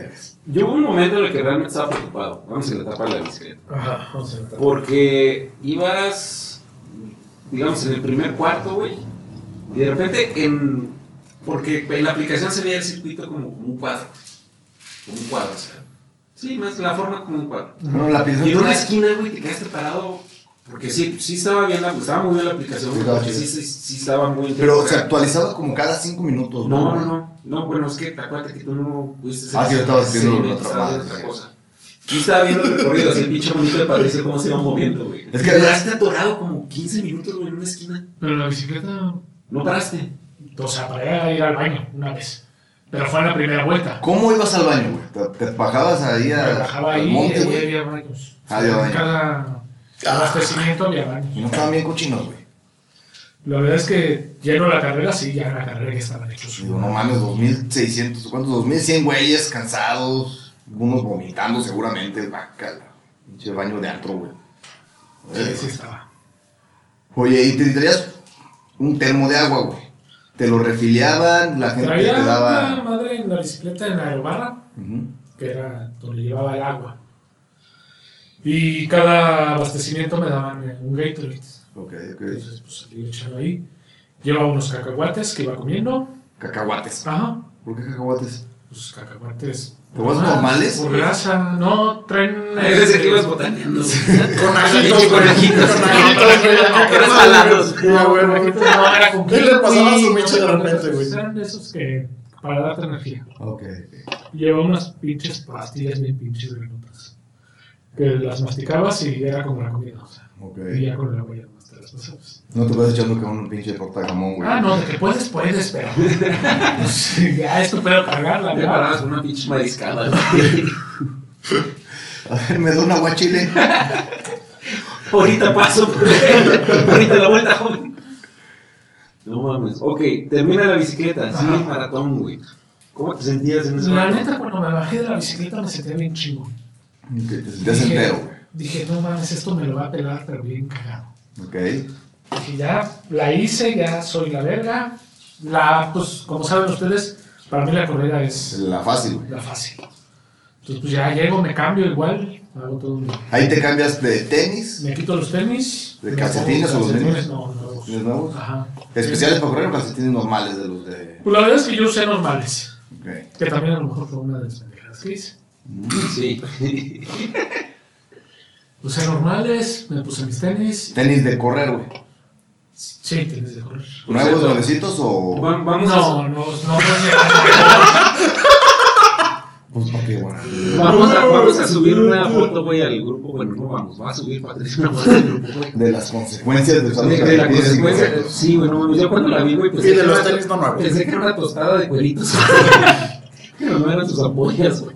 S1: yo hubo un momento en el que realmente estaba preocupado. Vamos a la etapa de la bicicleta.
S3: Ajá, vamos a ver.
S1: Porque ibas, digamos, en el primer cuarto, güey. Y de repente, en, porque en la aplicación se veía el circuito como, como un cuadro. Como un cuadro, o sea. Sí, más la forma como un cuadro.
S2: No, la
S1: Y en
S2: pinzón
S1: una esquina, güey, te quedaste parado. Porque sí, sí estaba bien la, estaba muy bien la aplicación.
S2: Sí,
S1: güey,
S2: estaba
S1: porque
S2: chido.
S1: sí, sí, sí estaba muy
S2: Pero se
S1: interesante.
S2: actualizaba como cada cinco minutos.
S1: No, no, no. No, bueno, es que te acuerdas que tú no pudiste
S2: Ah, sí, yo estaba haciendo
S1: sí,
S2: otra
S1: estaba
S2: madre,
S1: haciendo otra
S2: sí.
S1: cosa. Yo estaba viendo el recorrido, así el pinche bonito de Patricio, cómo se iba moviendo, güey.
S2: Es que-
S1: Te quedaste atorado como 15 minutos, güey, en una esquina.
S3: Pero la bicicleta,
S1: No paraste.
S3: o sea, para ir al baño una vez. Pero fue en la primera vuelta.
S2: ¿Cómo ibas al baño, güey? ¿Te, te bajabas ahí a-
S3: Bajaba
S2: al
S3: ahí,
S2: monte,
S3: eh,
S2: güey?
S3: había baños.
S2: Ah, había baños.
S3: Cada Ah.
S4: Ah,
S3: abastecimiento había baños.
S2: Y no estaban bien cochinos, güey.
S3: La verdad es que lleno la carrera, sí, ya la carrera ya estaba hechos.
S2: Digo, no mames, 2600, ¿cuántos? 2100 güeyes cansados, algunos vomitando seguramente, vaca, pinche baño de antro, güey. Eh,
S3: Sí, sí estaba.
S2: Oye, y te traías un termo de agua, güey. Te lo refiliaban, la gente
S3: Traía
S2: te
S3: una
S2: daba.
S3: madre en la bicicleta en la aerobarra,
S2: Ujú.
S3: que era donde llevaba el agua. Y cada abastecimiento me daban eh, un Gatorade.
S2: Ok, ok.
S3: Entonces, pues salí echando ahí. Llevaba unos cacahuates que iba comiendo.
S2: Cacahuates.
S3: Ajá.
S2: ¿Por qué cacahuates?
S3: Pues cacahuates.
S2: ¿Cacahuates
S3: Ah,
S2: normales?
S3: Por grasa. No, traen.
S1: Es ese
S3: este,
S1: que ibas botaneando.
S4: Con ajitos,
S1: ajitos,
S4: güey.
S1: con ajitos.
S4: Con ajitos, güey.
S1: Eran salados.
S4: Ya, güey, güey.
S3: No, era con
S4: ¿Qué le pasaba a su
S3: kiwi,
S4: micha de repente, güey?
S3: pues, Eran de esos que. para darte energía.
S2: Ok.
S3: Llevaba unas pinches pastillas bien pinches grandotas. Que las masticabas y era como la comida. O sea,
S2: Ok.
S3: y ya con la huella más te las pasabas.
S2: No te vas echando con un pinche portagamón, güey.
S3: Ah, no, de que puedes, puedes, pero. pues, ya es tu pedo cargarla,
S1: Te
S3: ¿verdad?
S1: parabas con una pinche mariscada. güey.
S2: A ver, me da un aguachile.
S1: Ahorita paso. güey. Ahorita la vuelta, joven. No mames. Ok, termina la bicicleta. Sí,
S3: Ajá.
S1: maratón, güey. ¿Cómo te sentías en ese
S3: La
S1: maratón?
S3: neta, cuando me bajé de la bicicleta me sentía bien chido.
S2: Ok, te sentías
S3: Dije-
S2: entero, güey.
S3: Dije, no mames, esto me lo va a pelar, pero bien cagado.
S2: Ok.
S3: Dije, ya la hice, ya soy la verga. La, pues, como saben ustedes, para mí la carrera es
S2: La fácil, güey.
S3: la fácil. Entonces, pues ya llego, me cambio igual, hago todo. mi-
S2: Ahí te cambias de tenis.
S3: Me quito los tenis.
S2: ¿De
S3: me
S2: calcetines
S3: pongo
S2: o los
S3: calcetines?
S2: nuevos?
S3: No, nuevos.
S2: ¿Los nuevos?
S3: Ajá.
S2: Especiales para correr o calcetines normales de los de.
S3: Pues la verdad es que yo usé normales,
S2: Ok.
S3: que también a lo mejor fue una de las pendejadas que hice.
S1: Sí.
S3: Usé normales, me puse mis tenis.
S2: Tenis de correr, güey.
S3: Sí, tenis de correr.
S2: ¿Nuevos,
S1: cierto.
S2: nuevecitos o.?
S1: Va- Vamos a...
S3: No, no, no, no, no.
S2: Pues para qué, güey.
S1: Vamos a, vamos a subir una foto, güey, al grupo. Bueno, no vamos, va a subir Patricia una foto al grupo, güey.
S2: De las consecuencias de usar los
S1: De, de la
S2: calcetines
S1: consecuencia.
S2: incorrectos.
S1: Sí, güey, no mames. Yo cuando la vi, güey, pensé
S4: Y de
S1: que
S4: los
S1: era-
S4: tenis no nuevos.
S1: Pensé que era una tostada de cueritos. Pero no eran sus ampollas, güey.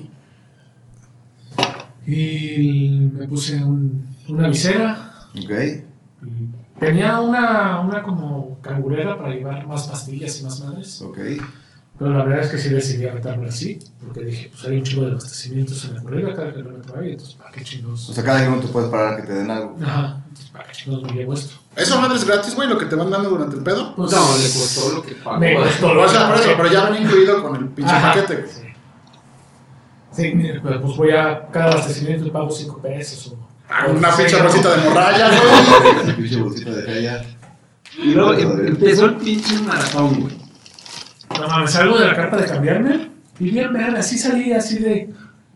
S3: Y me puse un- una visera.
S2: Ok.
S3: y Tenía una, una como cangurera para llevar más pastillas y más madres.
S2: Ok.
S3: Pero la verdad es que sí decidí aventarme así. Porque dije, pues hay un chingo de abastecimientos en la carrera cada que no me trae. Entonces, ¿para qué
S2: O
S3: chingados?
S2: sea, cada que no te puedes parar a que te den algo.
S3: Ajá, entonces, ¿para qué chingados me llevo esto?
S4: Eso madre es gratis, güey, lo que te van dando durante el pedo.
S1: No,
S3: Pues,
S1: le costó lo que pagó.
S3: Me
S1: güey.
S3: costó
S4: O
S3: lo
S4: sea, por eso, pero ya venía incluido con el pinche
S3: Ajá.
S4: paquete, güey.
S3: Sí. Sí, mira, pues pues, voy a cada abastecimiento le pago 5 pesos o...
S4: Ah,
S3: o
S4: Una
S3: seis,
S4: pinche
S3: ¿no?
S4: rosita de morralla, güey.
S2: Esa pinche bolsita de jaya.
S1: Y luego em- empezó el pinche maratón, güey.
S3: No mames, salgo de la carpa de cambiarme y bien verga, así salí así de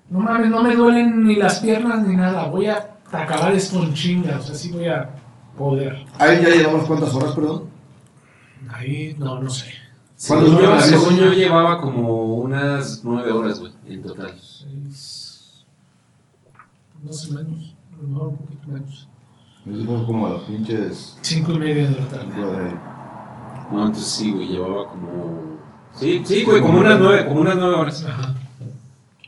S3: no mames, no me duelen ni las piernas ni nada, voy a acabar esto en chingas, o sea, sí voy a poder.
S2: Ahí ya llevamos cuántas horas, perdón.
S3: Ahí no, no sé.
S2: ¿Cuántos
S1: Según yo-
S2: horas?
S1: según yo llevaba como unas nueve horas, güey, en total.
S3: Seis, no sé menos, a lo mejor un poquito menos.
S2: Yo supongo como a las pinches.
S3: Cinco y media de la tarde.
S2: cinco de-
S1: No, entonces sí, güey, llevaba como... Sí, sí, güey, como unas nueve, como unas nueve horas.
S3: Ajá.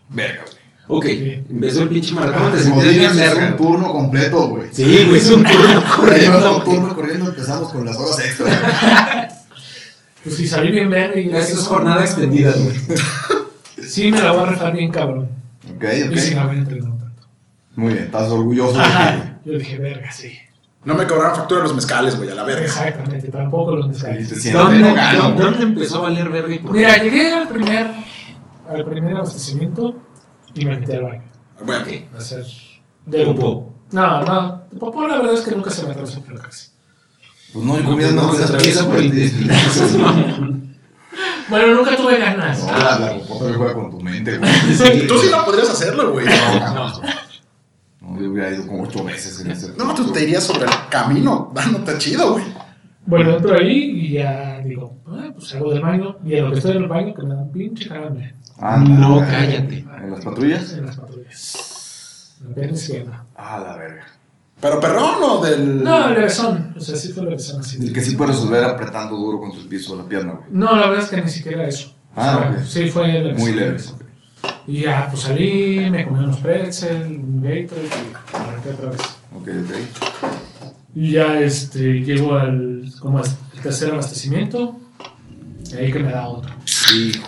S2: Verga, güey.
S1: Ok,
S3: Sí.
S1: empezó el pinche maratón, te
S2: Como
S1: sentías bien
S2: dices, es Pues, un
S1: verga.
S2: turno completo, güey.
S1: Sí, güey, es un turno
S2: Llevamos
S1: corriendo.
S2: un turno corriendo, empezamos con las horas extra. güey.
S3: Pues sí, salí bien verga y...
S1: Esto es jornada extendida, güey.
S3: Sí, me la voy a rejar bien cabrón.
S2: Ok,
S3: Y sin
S2: ok.
S3: haber entrenado tanto.
S2: Muy bien, estás orgulloso de ti, güey.
S3: Ajá. Yo dije, verga, sí.
S4: No me cobraron factura los mezcales, güey, a la verga.
S3: Exactamente, tampoco los
S2: Y
S3: necesarios.
S2: te sientes
S1: ¿Dónde,
S2: enojado,
S1: dónde-
S2: güey.
S1: dónde empezó a valer verga y por qué?
S3: Mira, llegué al primer, al primer abastecimiento y me metí al baño.
S4: Bueno,
S1: Ok,
S3: A hacer
S1: de
S3: de popó.
S1: grupo.
S3: No, no, de popó la verdad es que nunca se me atravesó por la cabeza.
S2: Pues no, yo
S1: No,
S2: comida no
S1: se
S2: se
S1: atraviesa por el intestino. Eso es mamón.
S3: Bueno, nunca tuve ganas.
S2: No, la, la comporta que juega con tu mente, güey.
S4: tú sí no podrías hacerlo, güey.
S2: No, yo hubiera ido como ocho veces en ese.
S4: No, tú te irías sobre el camino, dándote chido, güey.
S3: Bueno, entro ahí y ya digo, ah, pues salgo del baño y a lo que estoy en el baño que me dan pinche cagambre
S2: Anda,
S1: Ah, No,
S2: güey.
S1: cállate.
S2: Ah, ¿En las patrullas?
S3: en las patrullas. En La pierna izquierda.
S2: Ah, la verga.
S4: Pero perrón o del.
S3: No, levesón. O sea, sí fue levesón así.
S2: El que sí puede resolver apretando duro con sus pisos la pierna, güey.
S3: No, la verdad es que ni siquiera eso.
S2: Ah,
S3: O sea,
S2: ok.
S3: Sí, fue leve.
S2: Muy leves. ok.
S3: Y ya, pues salí, me comí unos pretzel, un Gatorade y arranqué otra vez.
S2: Ok, ok.
S3: Y ya este, llego al como al tercer abastecimiento. Y ahí que me da otro. Y
S2: Híjole.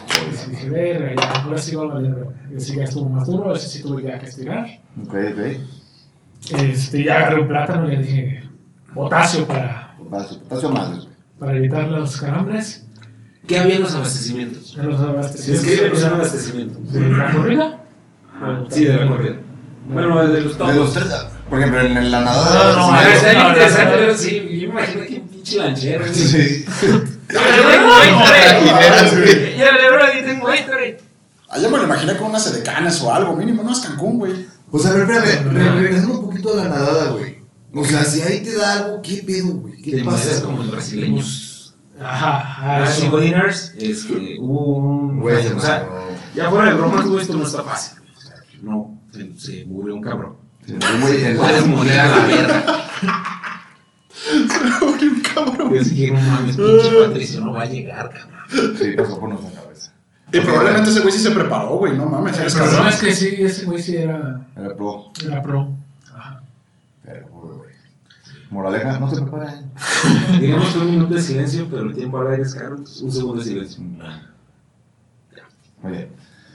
S3: dije, verga, ya, ahora sí va a valer verga. Y así ya estuvo más duro, a ver si tuve ya que estirar.
S2: Ok, ok.
S3: Este, ya agarré un plátano y le dije, potasio para,
S2: Potasio, potasio madre, güey.
S3: para evitar los calambres.
S1: ¿Qué había en los abastecimientos?
S3: Ya los abastecimientos.
S1: Describe los abastecimientos.
S3: ¿De la corrida?
S1: Sí, de la corrida. Bueno, de los
S2: De los
S1: todos.
S2: tres, ah, por ejemplo, en, en la nadada.
S3: No, no,
S2: sí,
S1: Ah,
S3: mames.
S1: está bien
S3: No, no,
S1: interesante,
S3: no.
S1: pero sí, yo imagino que un pinche lanchero. güey.
S2: Sí.
S1: Yo me lo llevo en
S2: Trajineras,
S1: Gatorade.
S2: güey.
S1: Yo me lo llevo en Gatorade.
S4: Allá me lo imaginé con unas sedecanes o algo, mínimo, no es Cancún, güey.
S2: O sea, a ver, espérame, re- regresemos un poquito a la nadada, güey. O sea, si ahí te da algo, ¿qué pedo, güey? ¿Qué
S1: Te pasas
S2: pasa?
S1: como el brasileño.
S3: Ajá, ajá,
S1: A los
S3: eso.
S1: Godiners, este, hubo un.
S2: Güey,
S1: o sea, ya fuera de broma, tú esto no está fácil. No, se, se murió un cabrón.
S2: güey, el-
S1: Puedes morir a la verga.
S4: un cabrón.
S1: Yo dije, no mames, pinche Patricio no va a llegar, cabrón.
S2: Sí, pasó por nuestra cabeza.
S4: Y probablemente ese güey sí se preparó, güey, no mames, eres
S3: Pero no,
S4: cabrón.
S3: es que sí, ese güey sí era,
S2: Era pro.
S3: era pro. Ajá.
S2: Pero, güey. Moraleja, no se eh. preparen.
S1: Digamos un minuto de silencio, pero el tiempo ahora es caro. entonces Un segundo de silencio.
S2: Muy bien.
S1: Ah,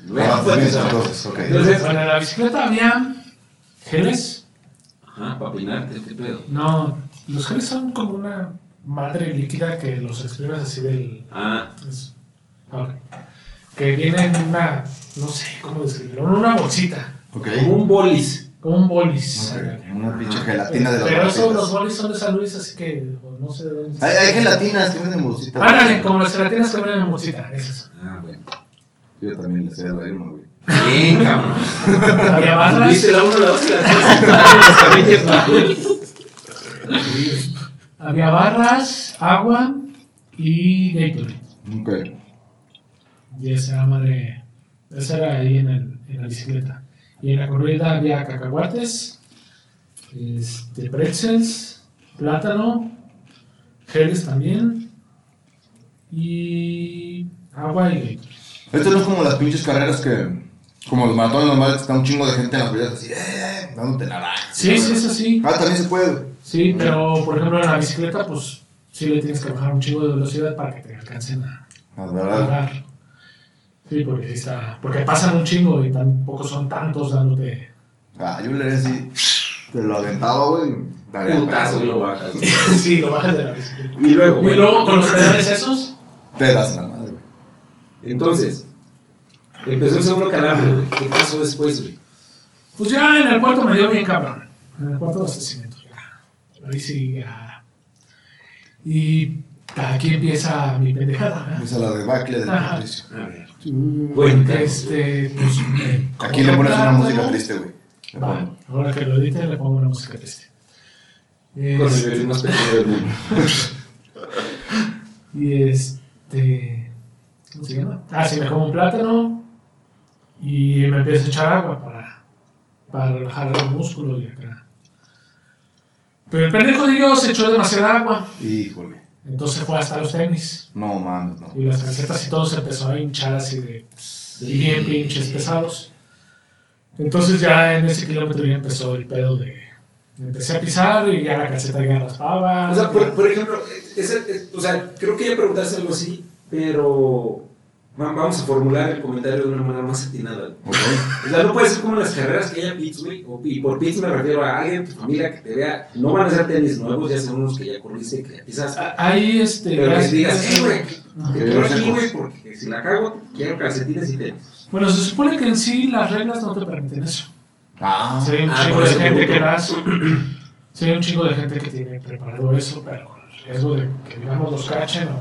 S1: Bueno,
S2: Ah,
S1: pues,
S2: tienes
S1: o sea,
S2: entonces, ok.
S1: Entonces,
S3: Bueno, en la bicicleta había geles.
S1: ajá, ah, para peinarte, qué pedo.
S3: No, los geles son como una madre líquida que los exprimes así del...
S1: Ah,
S3: es- ok. Que viene en una, no sé cómo describirlo, en una bolsita,
S2: Ok.
S1: como un bolis.
S3: como un bolis.
S2: Ok, Una pinche gelatina de las
S3: Pero eso, los
S2: bolsitas.
S3: bolis son de San Luis, así que pues, no sé de dónde.
S2: Hay, hay gelatinas que venden bolsitas.
S3: Ándale, como las gelatinas que venden en bolsita, esas.
S1: Ah, bueno.
S2: Yo también le sé a Irma, güey.
S1: Bien, cabrón.
S3: Había barras,
S1: Viste la 1, la 2 y la 3.
S3: había barras, agua y Gatorade.
S2: Ok.
S3: Y esa era madre, esa era ahí en, el, en la bicicleta. Y en la corrida había cacahuates, este, pretzels, plátano, geles también, y agua y Gatorade.
S2: Esto no es como las pinches carreras que. Como los maratones normales, que está un chingo de gente en las peleas así, eh, dándote la raja.
S3: Sí, sí, eso sí.
S2: Ah, también se puede, güey.
S3: Sí, pero por ejemplo en la bicicleta, pues sí le tienes que bajar un chingo de velocidad para que te alcancen a
S2: Ah, de verdad.
S3: pagar. Sí, porque sí está. Porque pasan un chingo y tampoco son tantos dándote.
S2: Ah, yo le decía así. Te lo aventaba, güey. daría el
S1: Putazo y
S2: pedazo.
S1: lo bajas.
S3: sí, lo bajas de la bicicleta.
S1: Y luego,
S3: Y
S1: bueno.
S3: luego con los pedales esos.
S2: Te das la madre, güey.
S1: Entonces, empezó el segundo calambre, güey. ¿Qué pasó después, güey?
S3: Pues ya en el cuarto me dio bien cabrón. En el cuarto abastecimiento, ya. Ahí sí, ya. Y aquí empieza mi pendejada, ¿verdad?
S2: Esa es la debacle del
S3: Ajá.
S2: Patricio.
S1: A ver. Cuenta.
S3: Este, pues. me
S2: Aquí le pones una
S3: plátano.
S2: música triste, güey. Le
S3: Va,
S2: pongo.
S3: ahora que lo edite le pongo una música triste. Este,
S1: Con el
S3: Es-
S1: violín más pequeño del mundo.
S3: y este. ¿Cómo se llama? Ah, sí, me como un plátano y me empiezo a echar agua para, para relajar el músculo y acá. Pero el pendejo de Dios echó demasiada agua,
S2: Híjole.
S3: entonces fue hasta los tenis
S2: No mames, no.
S3: y las calcetas y todo se empezó a hinchar así de y bien pinches pesados. Entonces ya en ese kilómetro ya empezó el pedo de... Empecé a pisar y ya la calceta ya raspaba.
S1: O sea, por, por ejemplo, ese- eh, o sea, creo que ya preguntaste algo así, pero va- vamos a formular el comentario de una manera más atinada.
S2: Ok.
S1: O sea, no puede ser como en las carreras que haya pits, güey. o- Y por pits me refiero a alguien, tu familia que te vea. No van a ser tenis nuevos, ya son unos que ya corriste, que ya pisaste.
S3: A- Ahí este...
S1: Pero
S3: ya-
S1: que digas, "Eh, güey,
S3: Ajá.
S1: que
S2: Que
S1: quiero
S2: no
S1: aquí,
S2: sepas.
S1: güey, porque si la cago, quiero calcetines y tenis.
S3: Bueno, se supone que en sí las reglas no te permiten eso.
S2: Ah,
S3: Sí, hay un
S1: Ah,
S3: chingo
S1: por
S3: de
S1: eso
S3: gente
S1: pregunto.
S3: que das... Sí, hay un chingo de gente que tiene preparado eso, pero con el riesgo de que, digamos, los cachen o...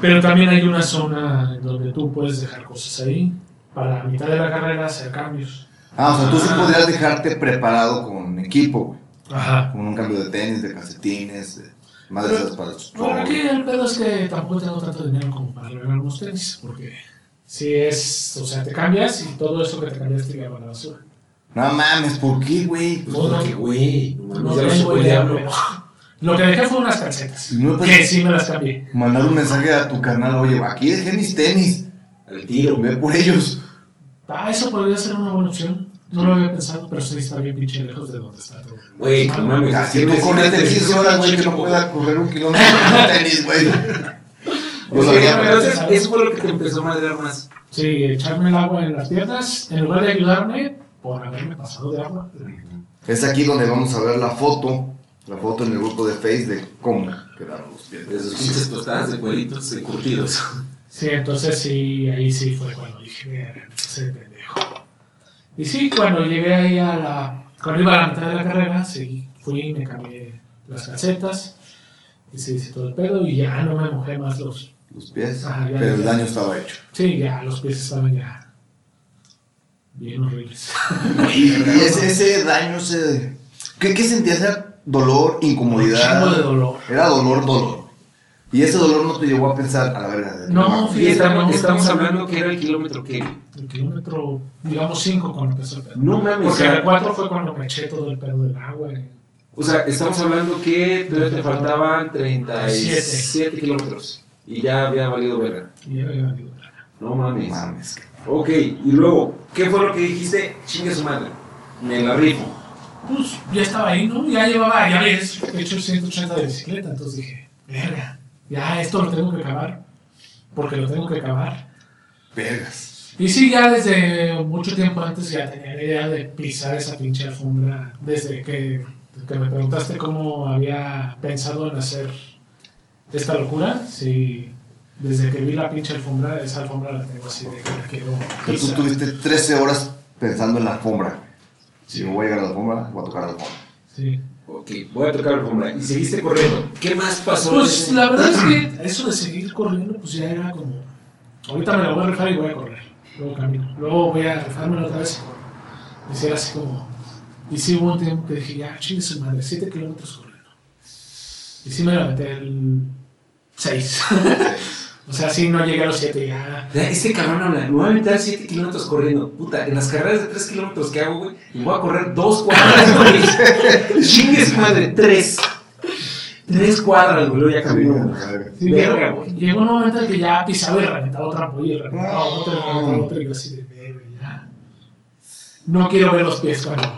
S3: Pero también hay una zona en donde tú puedes dejar cosas ahí para la mitad de la carrera hacer cambios.
S2: Ah, o sea, tú sí podrías dejarte preparado con equipo, güey.
S3: Ajá.
S2: Con un cambio de tenis, de calcetines, de madres esas para los
S3: Bueno, aquí el pedo es que tampoco tengo tanto dinero como para regalar unos tenis, porque si es, o sea, te cambias y todo eso que te cambiaste ya va a la basura.
S2: No mames, ¿por qué, güey? Pues,
S1: Pues porque, güey, no mames, ya lo supo el
S3: idea,
S1: diablo.
S3: pero- Lo que dejé fue unas calcetas.
S2: No, pues-
S3: que sí me las cambié.
S2: Mandar un mensaje a tu canal, oye, aquí dejé mis tenis.
S1: Al tiro.
S2: Ve por ellos.
S3: Ah, eso podría ser una buena opción. No lo había pensado, pero sí está bien pinche lejos de donde está todo.
S1: Güey, no mames.
S2: Casi
S1: es
S2: no
S1: que
S2: corres de
S1: Pues, sí,
S2: 10
S1: sí,
S2: horas, güey, que
S1: chico.
S2: no pueda correr un kilómetro con tenis, güey. Yo
S1: Pues, Sí,
S2: sabía, pero-
S1: Entonces, eso fue lo que te empezó a madrear más.
S3: Sí, echarme el agua en las piernas, en lugar de ayudarme por haberme pasado de agua.
S2: Es aquí donde vamos a ver la foto, la foto en el grupo de Face de cómo quedaron los pies.
S1: De sus pinches tostadas de cueritos eh, curtidos.
S3: Sí, entonces sí, ahí sí fue cuando dije, "Mira, ese pendejo. Y sí, cuando llegué ahí a la. Cuando iba a la mitad de la carrera, sí, fui, me cambié las calcetas, y se hice todo el pedo, y ya no me mojé más los.
S2: Los pies,
S3: Ajá, Ah, ya,
S2: pero el
S3: ya.
S2: daño estaba hecho.
S3: Sí, ya los pies estaban ya. Bien horribles.
S2: Y, y ese, ese daño, se... ¿qué, qué sentías? ¿Era dolor, incomodidad?
S3: Chingo de dolor.
S2: Era dolor, dolor. Y ese dolor no te llevó a pensar a la verga.
S3: No,
S1: Y
S3: fíjate,
S1: estamos,
S3: no,
S1: estamos
S3: no,
S1: hablando que era el kilómetro que.
S3: El kilómetro, digamos, 5 cuando empezó el pedo.
S1: No mames, o
S3: Porque
S1: sea,
S3: el 4 fue cuando me eché todo el pedo del agua. y-
S1: O sea, estamos hablando que todavía te faltaban 37 kilómetros. Y ya había valido verga.
S3: Y ya había valido verga.
S1: No
S2: No
S1: mames.
S2: mames.
S1: Ok, y luego, ¿qué fue lo que dijiste? Chingue su madre. Me la rifo.
S3: pues ya estaba ahí, ¿no? Ya llevaba, ya había hecho el 180 de bicicleta, entonces dije, verga, ya esto lo tengo que acabar, porque lo tengo que acabar.
S2: Vergas.
S3: Y sí, ya desde mucho tiempo antes ya tenía la idea de pisar esa pinche alfombra, desde que, que me preguntaste cómo había pensado en hacer esta locura, sí, desde que vi la pinche alfombra, esa alfombra la tengo así de que la quiero
S2: Que tú
S3: pisar.
S2: tuviste 13 horas pensando en la alfombra. Si me voy a llegar a la alfombra, voy a tocar la alfombra.
S3: Sí.
S1: Ok, voy a tocar la alfombra. Y seguiste corriendo. ¿Qué más pasó?
S3: Pues la verdad es que eso de seguir corriendo, pues ya era como. Ahorita me la voy a rifar y voy a correr. Luego camino. Luego voy a rifármela otra vez y corro. Y sí, era así como. Y sí hubo un tiempo que dije, ya, chingue su madre, 7 kilómetros corriendo. Y sí me la metí el 6. o sea, sí no llegué a los 7 ya.
S1: Ya, Este cabrón habla, me voy a meter 7 kilómetros corriendo. Puta, en las carreras de 3 kilómetros que hago, güey, me voy a correr 2 cuadras, güey. Chingue su madre, 3. 3 cuadras, güey, luego ya camino.
S3: Sí,
S1: Verga,
S3: llegó,
S1: güey.
S3: llegó un momento en que ya pisaba y reventaba otra ampolla y reventaba
S2: No.
S3: otra y reventaba otra y yo así de "Verga, ya. No quiero ver los pies cuando.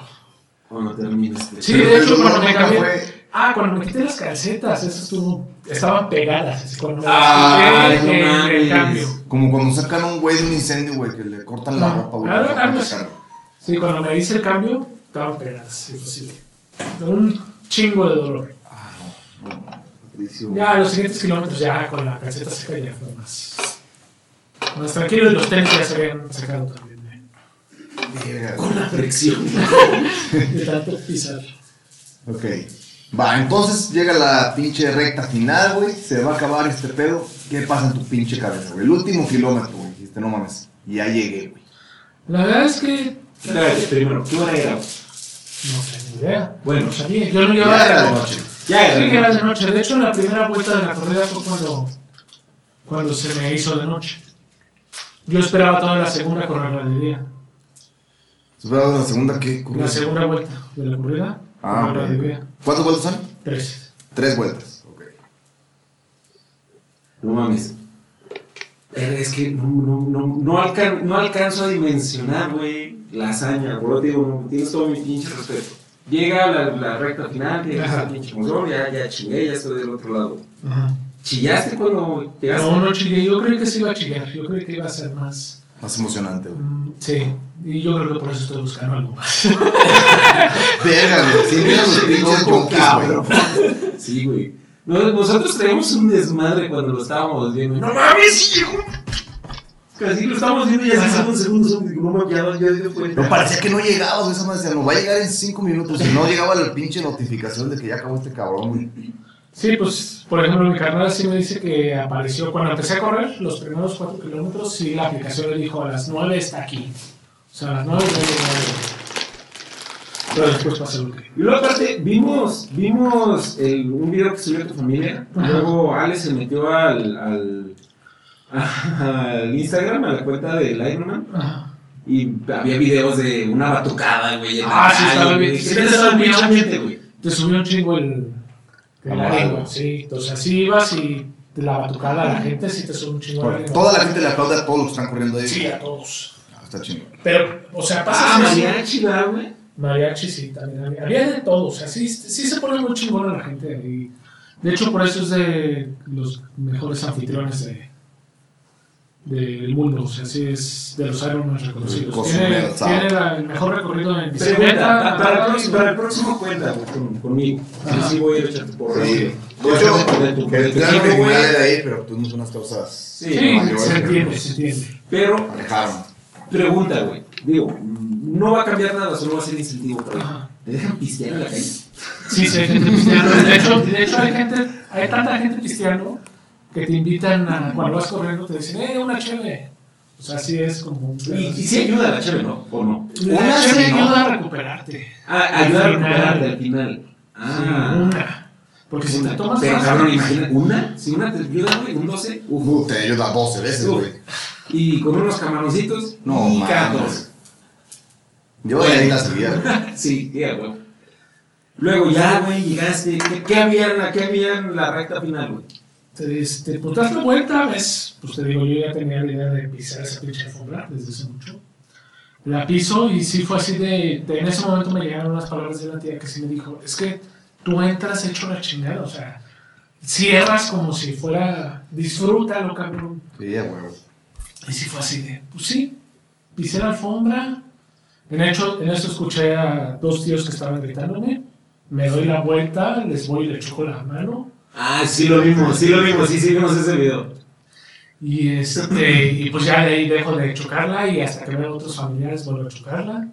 S1: Bueno, este. terminaste.
S3: Sí, de hecho, cuando me cambié.
S2: Fue...
S3: Ah, cuando me quité las calcetas, eso estuvo. Estaban pegadas. así, Cuando me
S1: Ay,
S3: las quité
S1: no
S3: en
S1: mames.
S3: el cambio.
S2: Como cuando sacan a un güey de un incendio, güey, que le cortan la
S3: No,
S2: ropa, güey.
S3: claro,
S2: para
S3: claro.
S2: sacarlo.
S3: Sí, cuando me hice el cambio, estaban pegadas. Sí, pues, sí. Un chingo de dolor.
S2: Patricio.
S3: Ya, los siguientes kilómetros, ya con la calceta seca, ya fue más. Más tranquilo y los tenis ya se habían sacado también. ¿eh?
S2: Vergas.
S1: Con la fricción.
S3: De tanto pisar.
S2: Ok. Va, entonces llega la pinche recta final, güey. Se va a acabar este pedo. ¿Qué pasa en tu pinche cabeza, güey? El último kilómetro, güey. Dijiste, no mames. Ya llegué, güey.
S3: La verdad es que.
S1: Espérate, primero, ¿qué hora era?
S3: No tengo idea.
S1: Bueno,
S3: No sabía. Yo no
S2: Ya
S3: llevaba
S2: era
S3: la
S2: la
S3: noche.
S2: noche.
S1: ya era.
S3: Sí, que era de noche. De hecho, en la primera vuelta de la carrera fue cuando, cuando se me hizo de noche. Yo esperaba toda la segunda correrla de día.
S2: Esperaba la segunda, ¿qué?
S3: La segunda vuelta de la corrida,
S2: Ah,
S3: correrla de
S2: ok.
S3: día.
S2: ¿Cuántas vueltas son?
S3: Tres.
S2: Tres vueltas. Ok.
S1: No mames. Pero es que no, no, no, no, alcan- no alcanzo a dimensionar, güey, la hazaña. Por lo digo, no, tienes todo mi pinche respeto. Llega la, la recta final, llegas
S3: Ajá.
S1: al pinche motor, ya, ya chingué, ya estoy del otro lado. ¿Chillaste cuando llegaste?
S3: No, no chillé. Yo creo que sí iba a chillar. Yo creo que iba a ser más.
S2: Más emocionante, güey.
S3: mm, sí. Y yo creo que por eso estoy buscando algo más.
S2: Verga, güey. Sí, mira los pinches junkies, güey.
S1: Sí, güey. No- Nosotros teníamos un desmadre cuando lo estábamos viendo. ¡No mames, sí llegó! Así lo estábamos viendo y hace
S3: Ajá.
S1: segundos, segundos, segundos, no mames, ya, ya, ya fue.
S2: Pero parecía que no llegabas, güey, esa madre decía, no va a llegar en cinco minutos. Y no llegaba la pinche notificación de que ya acabó este cabrón, güey.
S3: Sí, pues, por ejemplo, mi carnal sí me dice que apareció. Cuando empecé a correr, los primeros cuatro kilómetros, sí, la aplicación le dijo a las nueve está aquí. O sea, a las nueve ya llegó. Pero después pasó lo que.
S1: Y luego aparte, vimos, vimos el- un video que subió tu familia.
S3: Ajá.
S1: Luego Ale se metió al, al, al Instagram, a la cuenta del Ironman.
S3: Ajá.
S1: Y había videos de una batucada, güey. en la
S3: Ah, sí,
S1: calle,
S3: estaba
S1: güey.
S3: bien.
S1: Sí, estaba bien ambiente, güey.
S3: Te subió un chingo el. En la
S2: Amargo.
S3: lengua, sí. Entonces así ibas y la batucada a la gente sí te suena un chingo la lengua.
S2: Toda la gente le aplaude a todos los que están corriendo ahí.
S3: Sí, a todos.
S2: Ah, está chingón.
S3: Pero, o sea, pasa
S1: Ah, mariachi, ¿verdad, güey?
S3: Mariachi sí, también había, había de todo, o sea, sí, sí se pone muy chingona la gente ahí. De hecho, por eso es de los mejores anfitriones de del mundo, o sea, sí es de los Iron más reconocidos. Tiene,
S2: Cocinero,
S3: tiene la- el mejor recorrido en
S1: Pregunta,
S3: bicicleta.
S1: pa- para, el
S3: nadando,
S1: próximo, para el próximo cuenta güey, con- conmigo. Sí,
S3: Ajá.
S1: sí voy a echarte por
S2: Sí.
S1: Voy
S2: De
S1: a
S2: hecho,
S1: echarte de tu-
S2: que
S1: de
S2: el
S1: tu
S2: plan
S1: equipo,
S2: original
S1: güey.
S2: era de ahí, pero pues tuvimos unas causas.
S1: Sí,
S3: Sí,
S2: mayor,
S3: se
S2: pero-
S3: entiende, se entiende.
S1: Pero,
S2: Alejaron.
S1: pregunta, güey. Digo, no va a cambiar nada, solo va a ser incentivo. pero-
S3: Ajá.
S1: ¿Te dejan pistear en la calle?
S3: Sí, sí, hay gente pisteando. De hecho, de hecho hay, gente, hay tanta gente pisteando que te invitan a, cuando vas corriendo, te dicen, ¡eh, una chévere! O sea, sí es como un.
S1: Y, y sí ayuda la chave, ¿no? ¿O no?
S3: Una
S2: Una
S3: chévere
S2: sí, ¿no?
S3: ayuda a recuperarte.
S1: Ah, ayuda a recuperarte al final.
S3: Sí,
S1: Ah.
S3: una. Porque si te tomas
S1: Pero
S3: más-
S1: cabrón, imagina, una, si una te ayuda, güey, un 12,
S2: Uh, te ayuda 12 veces,
S1: Uf.
S2: güey.
S1: y con unos camaroncitos,
S2: No,
S1: y
S2: mames.
S1: catos.
S2: Yo de ahí la seguía, güey.
S1: Sí, ya, güey. Luego ya, güey, llegaste. ¿Qué, qué había en la, qué había en la recta final, güey?
S3: Este, pues das la vuelta, ves, pues te digo, yo ya tenía la idea de pisar esa pinche alfombra desde hace mucho. La piso y sí fue así de, de- en ese momento me llegaron unas palabras de la tía que sí me dijo, es que tú entras hecho la chingada, o sea, cierras como si fuera, disfrútalo, cabrón.
S2: Sí, a huevo.
S3: Y sí fue así de, pues sí, pisé la alfombra. En hecho, en eso escuché a dos tíos que estaban gritándome. Me doy la vuelta, les voy y le choco la mano.
S1: Ah, sí lo vimos, sí lo vimos, sí, sí vimos ese video.
S3: Y, este, y pues ya de ahí dejo de chocarla y hasta que vean otros familiares vuelvo a chocarla.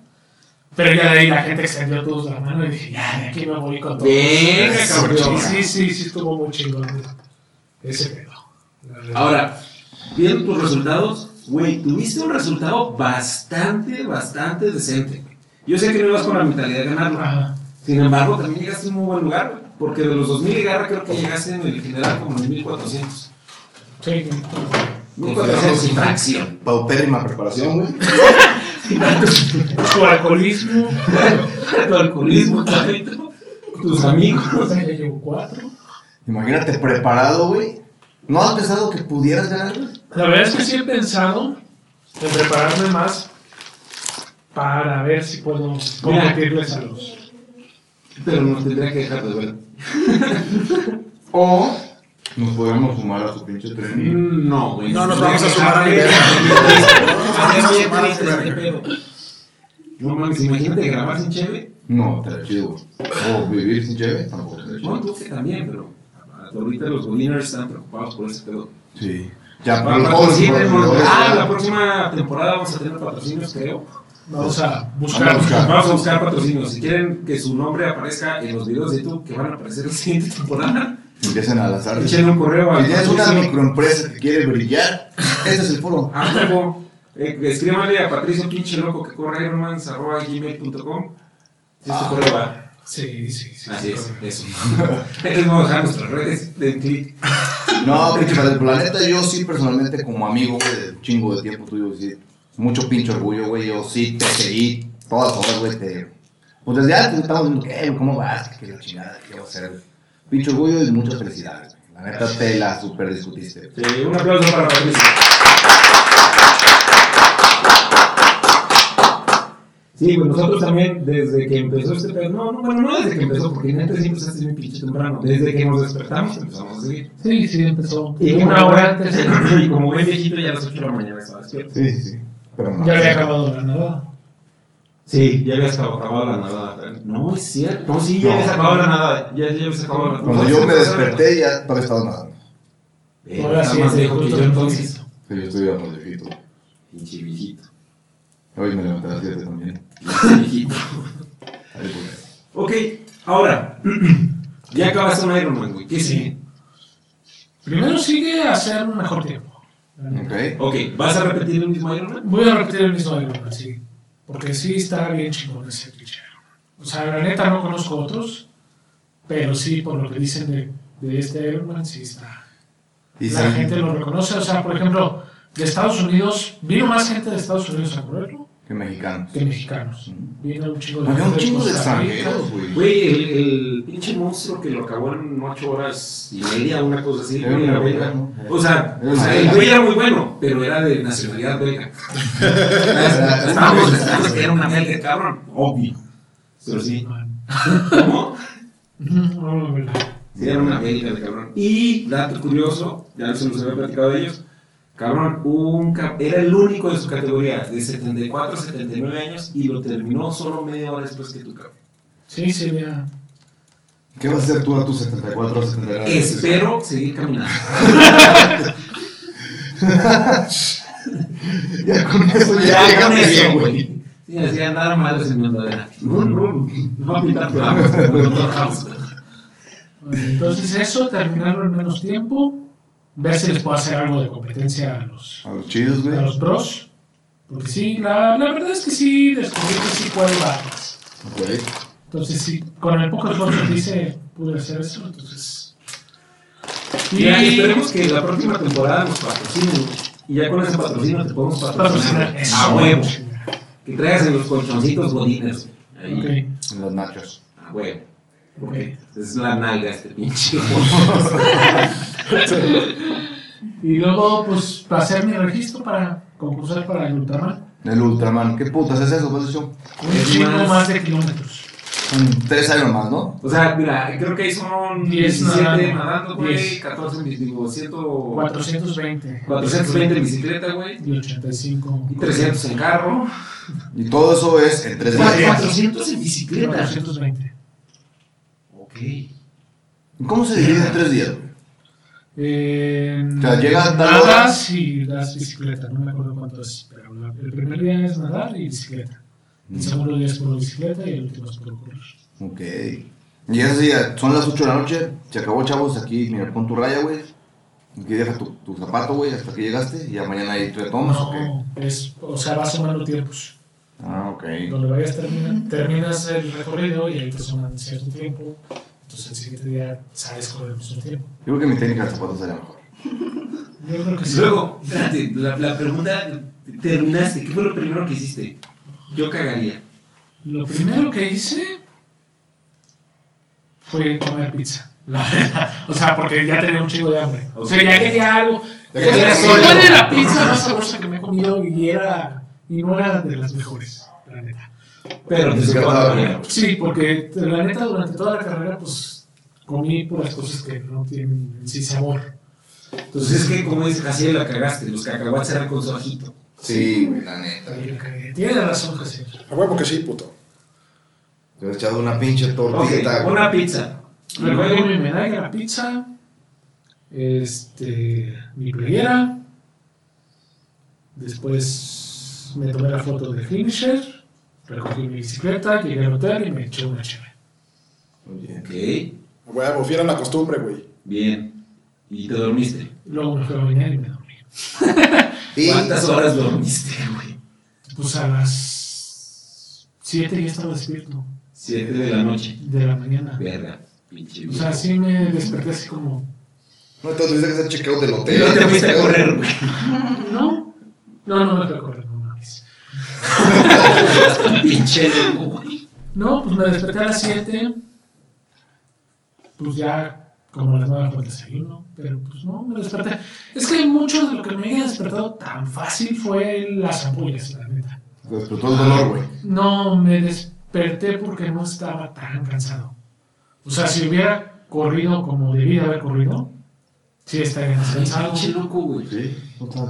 S3: Pero ya de ahí la gente extendió todos la mano y dije, ya, de aquí me voy con todo.
S1: Venga,
S2: Eso,
S1: campeón.
S2: chingada.
S3: Sí, sí, sí, estuvo muy chingón ese pedo. la verdad.
S1: Ahora, viendo tus resultados, güey, tuviste un resultado bastante, bastante decente. güey. Yo sé que no ibas con la mentalidad de ganarlo.
S3: Ajá.
S1: Sin embargo, también llegaste a un muy buen lugar, güey, porque de los 2000 de garra creo que llegaste en el general como en 1400.
S3: Sí,
S2: Consideramos
S1: 1400 sin fracción.
S2: Paupérrima preparación, güey.
S3: tu alcoholismo,
S1: Tu alcoholismo, tu afecto, tus amigos.
S3: ya llevo cuatro.
S2: Imagínate preparado, güey. ¿No has pensado que pudieras ganar, güey?
S3: La verdad es que sí he pensado en prepararme más para ver si puedo competirles a los.
S1: Pero nos tendría que dejar de ver.
S2: O nos podemos sumar a su pinche tren.
S1: No, güey.
S4: No nos vamos a sumar a nivel.
S1: Hacer bien
S4: No nos vamos a
S1: triste
S4: sumar a
S1: este pedo. No mames, imagínate grabar sin cheve.
S2: No, te chido, güey. O vivir sin cheve, tampoco te
S1: Bueno,
S2: chido.
S1: tú que también, pero hasta ahorita los winners están preocupados por ese pedo.
S2: Sí. Ya, pero los pobres
S1: Patrocínenos.
S2: proveedores,
S1: Ah, la
S2: güey.
S1: próxima temporada vamos a tener patrocinios, creo.
S3: Vamos a buscar.
S2: Vamos a buscar.
S1: Vamos a buscar patrocinios. Si quieren que su nombre aparezca en los videos de YouTube que van a aparecer en la siguiente temporada,
S2: Empiezan a lanzar. Si
S1: echen un correo a
S2: tienes una microempresa que quiere brillar, ese es el foro.
S1: A huevo. Eh, escríbanle a Patricio Pinche Loco que corre ironmans.gmail.com. Si es tu correo va.
S3: Sí, sí, sí.
S2: Ah,
S1: Así es, eso. Entonces vamos a dejar nuestras redes de clic.
S2: No, pinche padre, pero la neta, yo sí personalmente, como amigo, güey, de un chingo de tiempo tuyo, sí, mucho pinche orgullo, güey, yo sí te seguí todas horas, güey, te... Pues desde antes estamos viendo, ¿qué, güey? ¿Cómo vas? ¿Qué la chingada? ¿Qué va a hacer? güey? Pinche orgullo y muchas felicidades, güey. La neta, te la super discutiste.
S1: Sí, un aplauso para Patricio. Sí, pues nosotros también, desde que empezó este pedo, no, no, bueno, no desde que empezó, porque neta sí empezaste bien pinche temprano. Desde que nos despertamos empezamos a seguir.
S3: Sí, sí, empezó. una hora antes.
S1: y como buen viejito, ya a las 8 de la mañana estaba despierto.
S2: Sí, sí, sí. Pero no.
S3: Ya
S1: Eh,
S3: había acabado la nada.
S1: Sí, ya habías acabado la nada. No, es cierto. No, sí, ya
S2: No.
S1: habías acabado la nada. Ya, ya habías acabado la nada.
S2: Cuando yo me desperté, ya todavía estaba nadando.
S1: Eh,
S3: Ahora
S1: está
S3: sí,
S1: más
S3: sí,
S1: viejo que
S3: justo
S1: yo entonces.
S2: Sí, yo estoy más viejito.
S1: Pinche viejito.
S2: Hoy me levanté a las 7 también.
S1: Pinche viejito.
S2: Ahí, pues.
S1: ok, ahora. ya acabaste un Iron Man, güey. ¿Qué sigue?
S3: Primero sigue hacer un mejor tiempo.
S2: Ok.
S1: Ok, ¿vas a repetir el mismo Iron Man?
S3: Voy a repetir el mismo álbum, sí. Porque sí está bien chingón ese cliché. O sea, la neta no conozco otros, pero sí, por lo que dicen de, de este álbum, sí está.
S2: Y
S3: la
S2: sí,
S3: gente lo reconoce. O sea, por ejemplo, de Estados Unidos, vino más gente de Estados Unidos a correrlo
S2: que mexicanos.
S3: que mexicanos. Viene un chingo de
S2: Mm. Había un
S3: gente
S2: chingo de
S3: Costa Rica.
S2: extranjeros, güey.
S1: Güey, el, el pinche monstruo que lo acabó en 8 horas y media, una cosa así,
S2: Era
S1: güey,
S2: un
S1: era belga.
S2: mexicano.
S1: O sea,
S2: Era
S1: o
S2: un
S1: sea, el
S2: belga.
S1: güey era muy bueno, pero era de nacionalidad belga.
S2: Era-
S1: Estábamos pensando que era una belga, cabrón. Obvio. Pero sí. ¿Cómo?
S3: No, no, no, no.
S1: Sí, era una belga de cabrón. Y, dato curioso, ya se nos había platicado de ellos, cabrón, un cap- era el único de su categoría, de 74 a 79 años, y lo terminó solo media hora después que tú, cabrón.
S3: Sí, sí, ya.
S2: ¿Qué vas a hacer tú a tus 74 o
S1: Ah,
S2: 79 años?
S1: Espero seguir caminando.
S2: Ya con eso ya,
S1: Ya con
S2: déjame
S1: eso,
S2: bien,
S1: güey. Sí, así andar madres en mi andadera. No, no, no va a pintar planos, no trabajamos.
S3: Entonces eso, terminarlo en menos tiempo, ver si les puedo hacer algo de competencia a los,
S2: A los chidos,
S3: a
S2: güey.
S3: los pros. Porque sí, la, la verdad es que sí, descubrí que sí puedo darles.
S2: Güey.
S3: Entonces sí, con el poco esfuerzo que hice, pude hacer eso, entonces...
S1: Y ahí esperemos que la próxima temporada nos patrocinen. Y ya con ese patrocinio te podemos patrocinar.
S3: patrocinar eso.
S1: A Ah, huevo. Que traigas en los colchoncitos godines. güey. Ahí.
S3: Ok,
S2: En los nachos.
S1: A huevo.
S3: Ah, ok.
S1: Es la nalga este pinche.
S3: Y luego, pues, para hacer mi registro para concursar para el Ultraman,
S2: El Ultraman. ¿Qué putas es eso? ¿Cuál es eso?
S3: un
S1: Es
S3: chingo
S1: más-
S3: más, de kilómetros.
S2: Son tres años más, ¿no?
S1: O sea, mira, creo que ahí son
S3: Diez
S1: 17
S3: nadando.
S1: nadando, güey.
S3: Diez.
S1: 14 en bicicleta, 100
S3: 420
S1: 420 en bicicleta, güey.
S3: y 85.
S1: Y 300 en carro.
S2: Y todo eso es en tres
S3: Pues
S2: días.
S1: 400 en bicicleta.
S3: 420.
S1: Ok.
S2: ¿Y ¿Cómo se divide en tres días? güey?
S3: Eh,
S2: O sea, llega a tal hora.
S3: nadas y das bicicleta, no me acuerdo cuánto es, pero la- el primer día es nadar y bicicleta.
S1: Mm.
S3: El segundo día es por bicicleta y el último es por correr.
S2: Ok. Y ese día, son las 8 de la noche, se acabó, chavos, aquí, mira, pon tu raya, güey. Aquí deja tu, tu zapato, güey, hasta que llegaste, y ya mañana ahí tú retomas, ¿o qué?
S3: No, es, o sea, vas sumando tiempos.
S2: Ah, ok.
S3: Donde vayas termina- terminas el recorrido y ahí te suman cierto tiempo. Entonces el siguiente día sabes correr el mismo tiempo.
S2: Yo creo que mi técnica de zapatos sería mejor.
S3: Yo creo que sí.
S1: Luego, espérate, la, la pregunta, terminaste, ¿qué fue lo primero que hiciste? Yo cagaría.
S3: Lo primero que hice fue comer pizza. La verdad. O sea, porque ya tenía un chingo de hambre. O sea, ya quería algo.
S2: Ya quería
S3: Pues,
S2: sólido.
S3: ¿Cuál es la pizza más sabrosa que me he comido y era y no era de las mejores, la neta?
S1: Pero te sacó la mierda.
S3: Sí, porque la neta durante toda la carrera pues comí por las cosas que no tienen en sí sabor.
S1: Entonces es que, como dice Jaciel, la cagaste. Los cacahuates eran con su ajito.
S2: Sí, güey, la neta.
S3: Ahí la cagué. Tiene razón, José.
S4: A huevo que sí, puto.
S2: Te he echado una pinche
S1: Ok,
S2: tortita, güey.
S1: una pizza. Y
S3: Luego llevo mi
S1: luego,
S3: medalla, la pizza, este, mi playera. Después me tomé la foto de finisher, recogí mi bicicleta, llegué al hotel y me eché una chévere.
S2: Oye,
S1: ok,
S4: A huevo, fiera la costumbre, güey.
S1: bien. Y te dormiste.
S3: Luego me fui a bañar y me dormí.
S2: Y
S1: ¿Cuántas horas dormiste, güey?
S3: Pues a las 7 ya estaba despierto
S1: Siete de la noche.
S3: de la mañana.
S1: Verga, pinche.
S3: O
S1: viejo.
S3: sea, sí me desperté así como,
S2: no te tuviste que hacer chequeo del
S1: Y
S2: hotel.
S1: no te fuiste a correr, güey.
S3: no, no, no me fui a correr, no mames.
S1: Pinche loco, güey.
S3: No, pues me desperté a las 7. Pues ya, como a las 9 fue el desayuno, pero pues no, me desperté. Es que mucho de lo que me había despertado tan fácil fue las ampollas, la neta.
S2: Te explotó el dolor, güey.
S3: No, me desperté porque no estaba tan cansado. O sea, si hubiera corrido como debía haber corrido, sí estaría más cansado.
S1: Pinche loco, güey.
S2: Sí.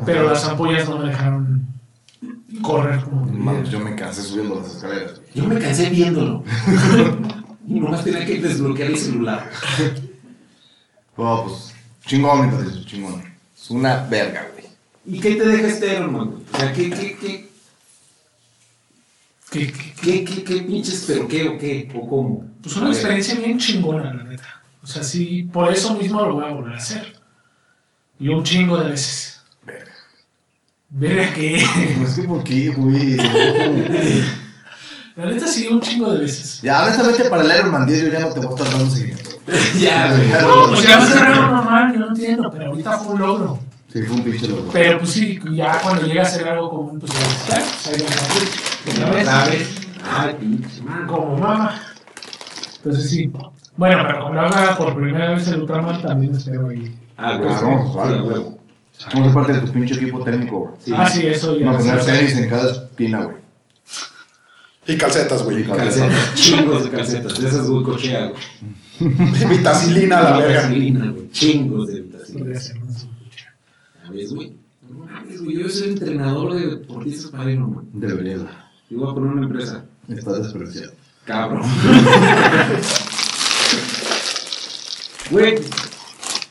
S3: Pero las ampollas no me dejaron correr como debía.
S2: Mames, yo me cansé subiendo las escaleras, güey.
S1: Yo me cansé viéndolo. y nomás tenía que desbloquear el celular.
S2: No, pues, chingón, mi padre, chingón. Es una verga, güey.
S1: ¿Y qué te deja este Iron Man, güey? O sea, ¿qué, qué, qué,
S3: Que- que-
S1: qué, qué, qué pinches, pero qué o qué o cómo?
S3: Pues una
S1: A ver.
S3: experiencia bien chingona, la neta. O sea, sí, por eso mismo lo voy a volver a hacer. Y un chingo de veces.
S2: Verga.
S3: Verga que.
S2: No Pues es que por qué, güey.
S3: La neta sí, un chingo de veces.
S2: Ya, honestamente, para el Iron Man 10 yo ya no te voy a estar dando seguimiento.
S1: ya, güey.
S3: No, pues ya vas a ver algo normal, yo no entiendo, pero ahorita fue un logro.
S2: Sí, fue un pinche loco.
S3: Pero pues sí, ya cuando llega a hacer algo común, pues ya está. pues ahí lo hago.
S1: Ya ves, ¿sabes? Ay, Ah, pinche madre.
S3: como mama. Entonces sí. Bueno, pero cuando haga por primera vez el Ultraman también espero ahí.
S1: Ah,
S2: Claro,
S1: huevo.
S2: vale,
S1: Sí,
S2: huevo.
S1: huevo.
S2: Vamos a ser parte de tu pinche equipo técnico, güey.
S1: Sí.
S3: Ah, sí, eso ya.
S2: Vamos a poner tenis en cada espina, güey.
S4: Y calcetas, güey.
S1: Calcetas, chingos de calcetas. De esas güey cochea, güey.
S4: Vitacilina a la verga.
S1: Vaselina, güey. Chingos de
S3: Podría
S1: vaselina.
S3: ser más.
S1: ¿Sabes, güey? No mames, güey. Yo soy entrenador de deportistas para ir, güey.
S2: Deberías.
S1: Yo voy a poner una empresa.
S2: Está despreciado.
S1: Cabrón. Güey,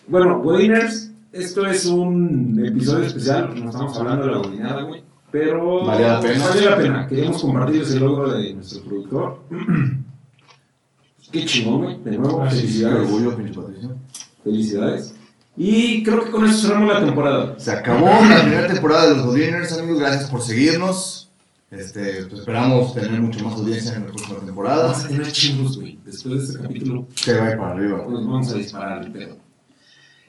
S1: bueno, Godiners, esto es un episodio especial. No estamos hablando de la godinada, güey. Pero
S2: Vale la pena.
S1: vale la pena. Queríamos compartir ese logro de nuestro productor. Qué chingón, güey. De nuevo,
S3: Ah, sí,
S2: Qué
S1: felicidades.
S2: orgullo, pinche Patricio.
S1: Felicidades. Y creo que con eso cerramos la temporada.
S2: Se acabó la primera temporada de los Godiners, amigos. Gracias por seguirnos. Este, pues, esperamos tener mucho más audiencia en la próxima temporada.
S1: Vamos a tener chingos, güey. Después de este capítulo,
S2: Se va a ir para arriba.
S1: nos vamos a disparar el pedo.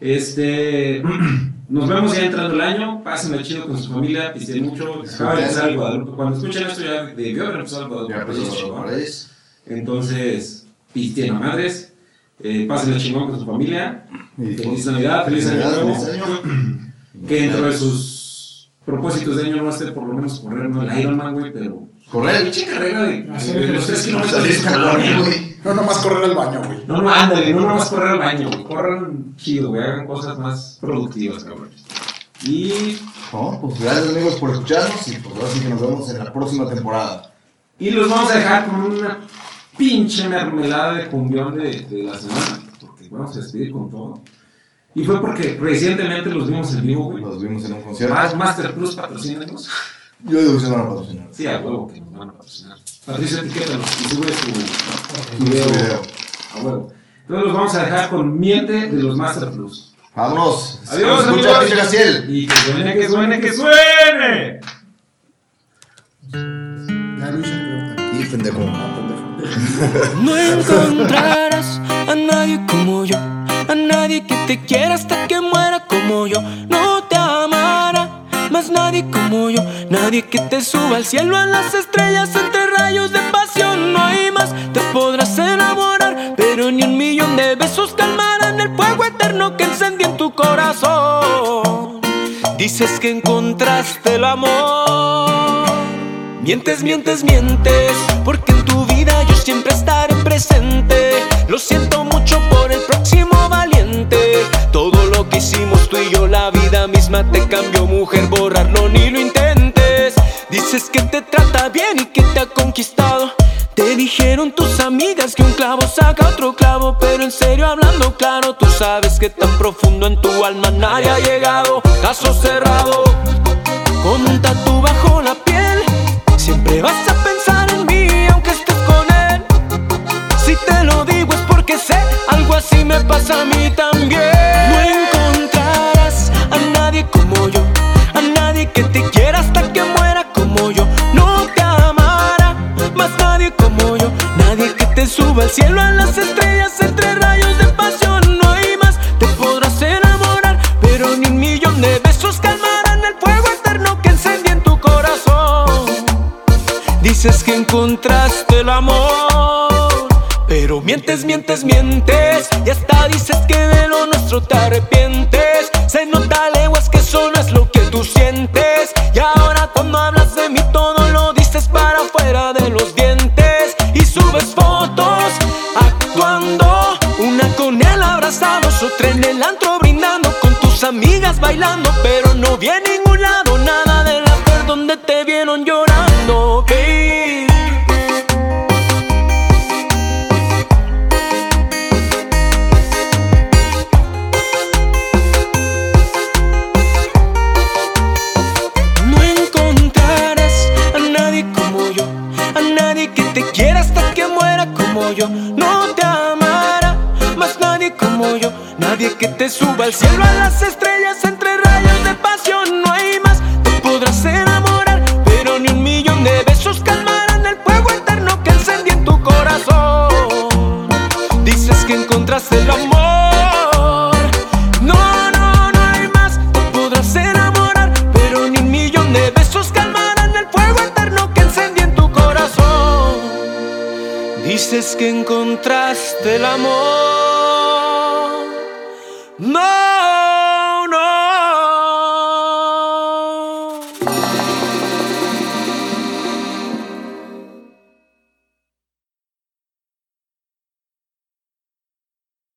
S1: Este, nos vemos ya entrando el año, pásenlo chido con su familia, pisen mucho, acaba de empezar el Guadalupe, cuando escuchen esto ya debió haber empezado el Guadalupe,
S2: Ya empezó
S1: Reyes,
S2: los
S1: chingón.
S2: paredes.
S1: entonces, pisten a madres, eh, pásenlo chingón con su familia,
S2: Y pues,
S1: feliz Navidad, feliz Año
S2: Navidad,
S1: Nuevo,
S2: feliz año.
S1: que dentro de sus propósitos de año no va a ser por lo menos correr no el Ironman, güey, pero... La
S2: Correr.
S1: pinche carrera de, de
S3: Hacer
S1: los 3 kilómetros de
S2: Salir
S1: su
S2: calor,
S1: colonia, güey.
S2: güey.
S4: No, nomás correr al baño, güey.
S1: No, no, ándale, no nomás correr al baño, güey. Corran chido, güey. Hagan cosas más productivas, cabrón. Y,
S2: No, pues gracias, amigos, por escucharnos. Y pues ahora sí que nos vemos en la próxima temporada.
S1: y los vamos a dejar con una pinche mermelada de cumbión de, de la semana. Porque vamos a despedir con todo. Y fue porque recientemente los vimos en vivo, güey.
S2: Nos vimos en un concierto.
S1: Más Master Plus patrocínanos.
S2: Yo digo que se van a patrocinar.
S1: Sí, a huevo que nos van a patrocinar. Patricio, etiquétanos y sube su
S2: Un
S1: video.
S2: video.
S1: A huevo. Entonces los vamos a dejar con miente de los Master Plus.
S2: Vámonos.
S1: Adiós,
S2: Escucha,
S1: amigos.
S2: pinche Gaciel.
S1: Y que suene, que suene, que suene.
S4: Ya lo hice, creo.
S2: Y pendejo.
S4: Ah, pendejo.
S5: No encontrarás a nadie como yo, a nadie que te quiera hasta que muera como yo. No te amará más nadie como yo, nadie que te suba al cielo a las estrellas entre rayos de pasión. No hay más, te podrás enamorar, pero ni un millón de besos calmarán el fuego eterno que encendí en tu corazón. Dices que encontraste el amor. Mientes, mientes, mientes, porque en tu vida yo siempre estaré presente. Lo siento mucho por el próximo valiente. Todo lo que hicimos tú y yo, la vida misma te cambió, mujer, borrarlo ni lo intentes. Dices que te trata bien y que te ha conquistado. Te dijeron tus amigas que un clavo saca otro clavo, pero en serio hablando claro, tú sabes que tan profundo en tu alma nadie ha llegado. Caso cerrado. Con un tatu bajo la piel Siempre vas a pensar en mí aunque estés con él Si te lo digo es porque sé Algo así me pasa a mí también No encontrarás a nadie como yo A nadie que te quiera hasta que muera como yo No te amará más nadie como yo Nadie que te suba al cielo a las estrellas Entre rayos de pasión no hay más Te podrás enamorar Pero ni un millón de besos calmarán el fuego eterno que encendí en tu corazón Dices que encontraste el amor Pero mientes, mientes, mientes Y hasta dices que de lo nuestro te arrepientes Se nota a leguas que eso no es lo que tú sientes Y ahora cuando hablas de mí todo lo dices para afuera de los dientes Y subes fotos actuando Una con él abrazados, otra en el antro brindando Con tus amigas bailando Pero no vi a ningún lado nada del after donde te vieron llorando babe. No encontrarás a nadie como yo, a nadie que te quiera hasta que muera como yo. No te amará más nadie como yo, nadie que te suba al cielo a las estrellas entre rayos de pasión. No hay más, te podrás enamorar, pero ni un millón de besos calmarán el fuego eterno que encendí en tu corazón. Dices que encontraste el amor. No, no, no hay más. Te podrás enamorar, pero ni un millón de besos calmarán el fuego eterno que encendí en tu que encontraste el amor. Más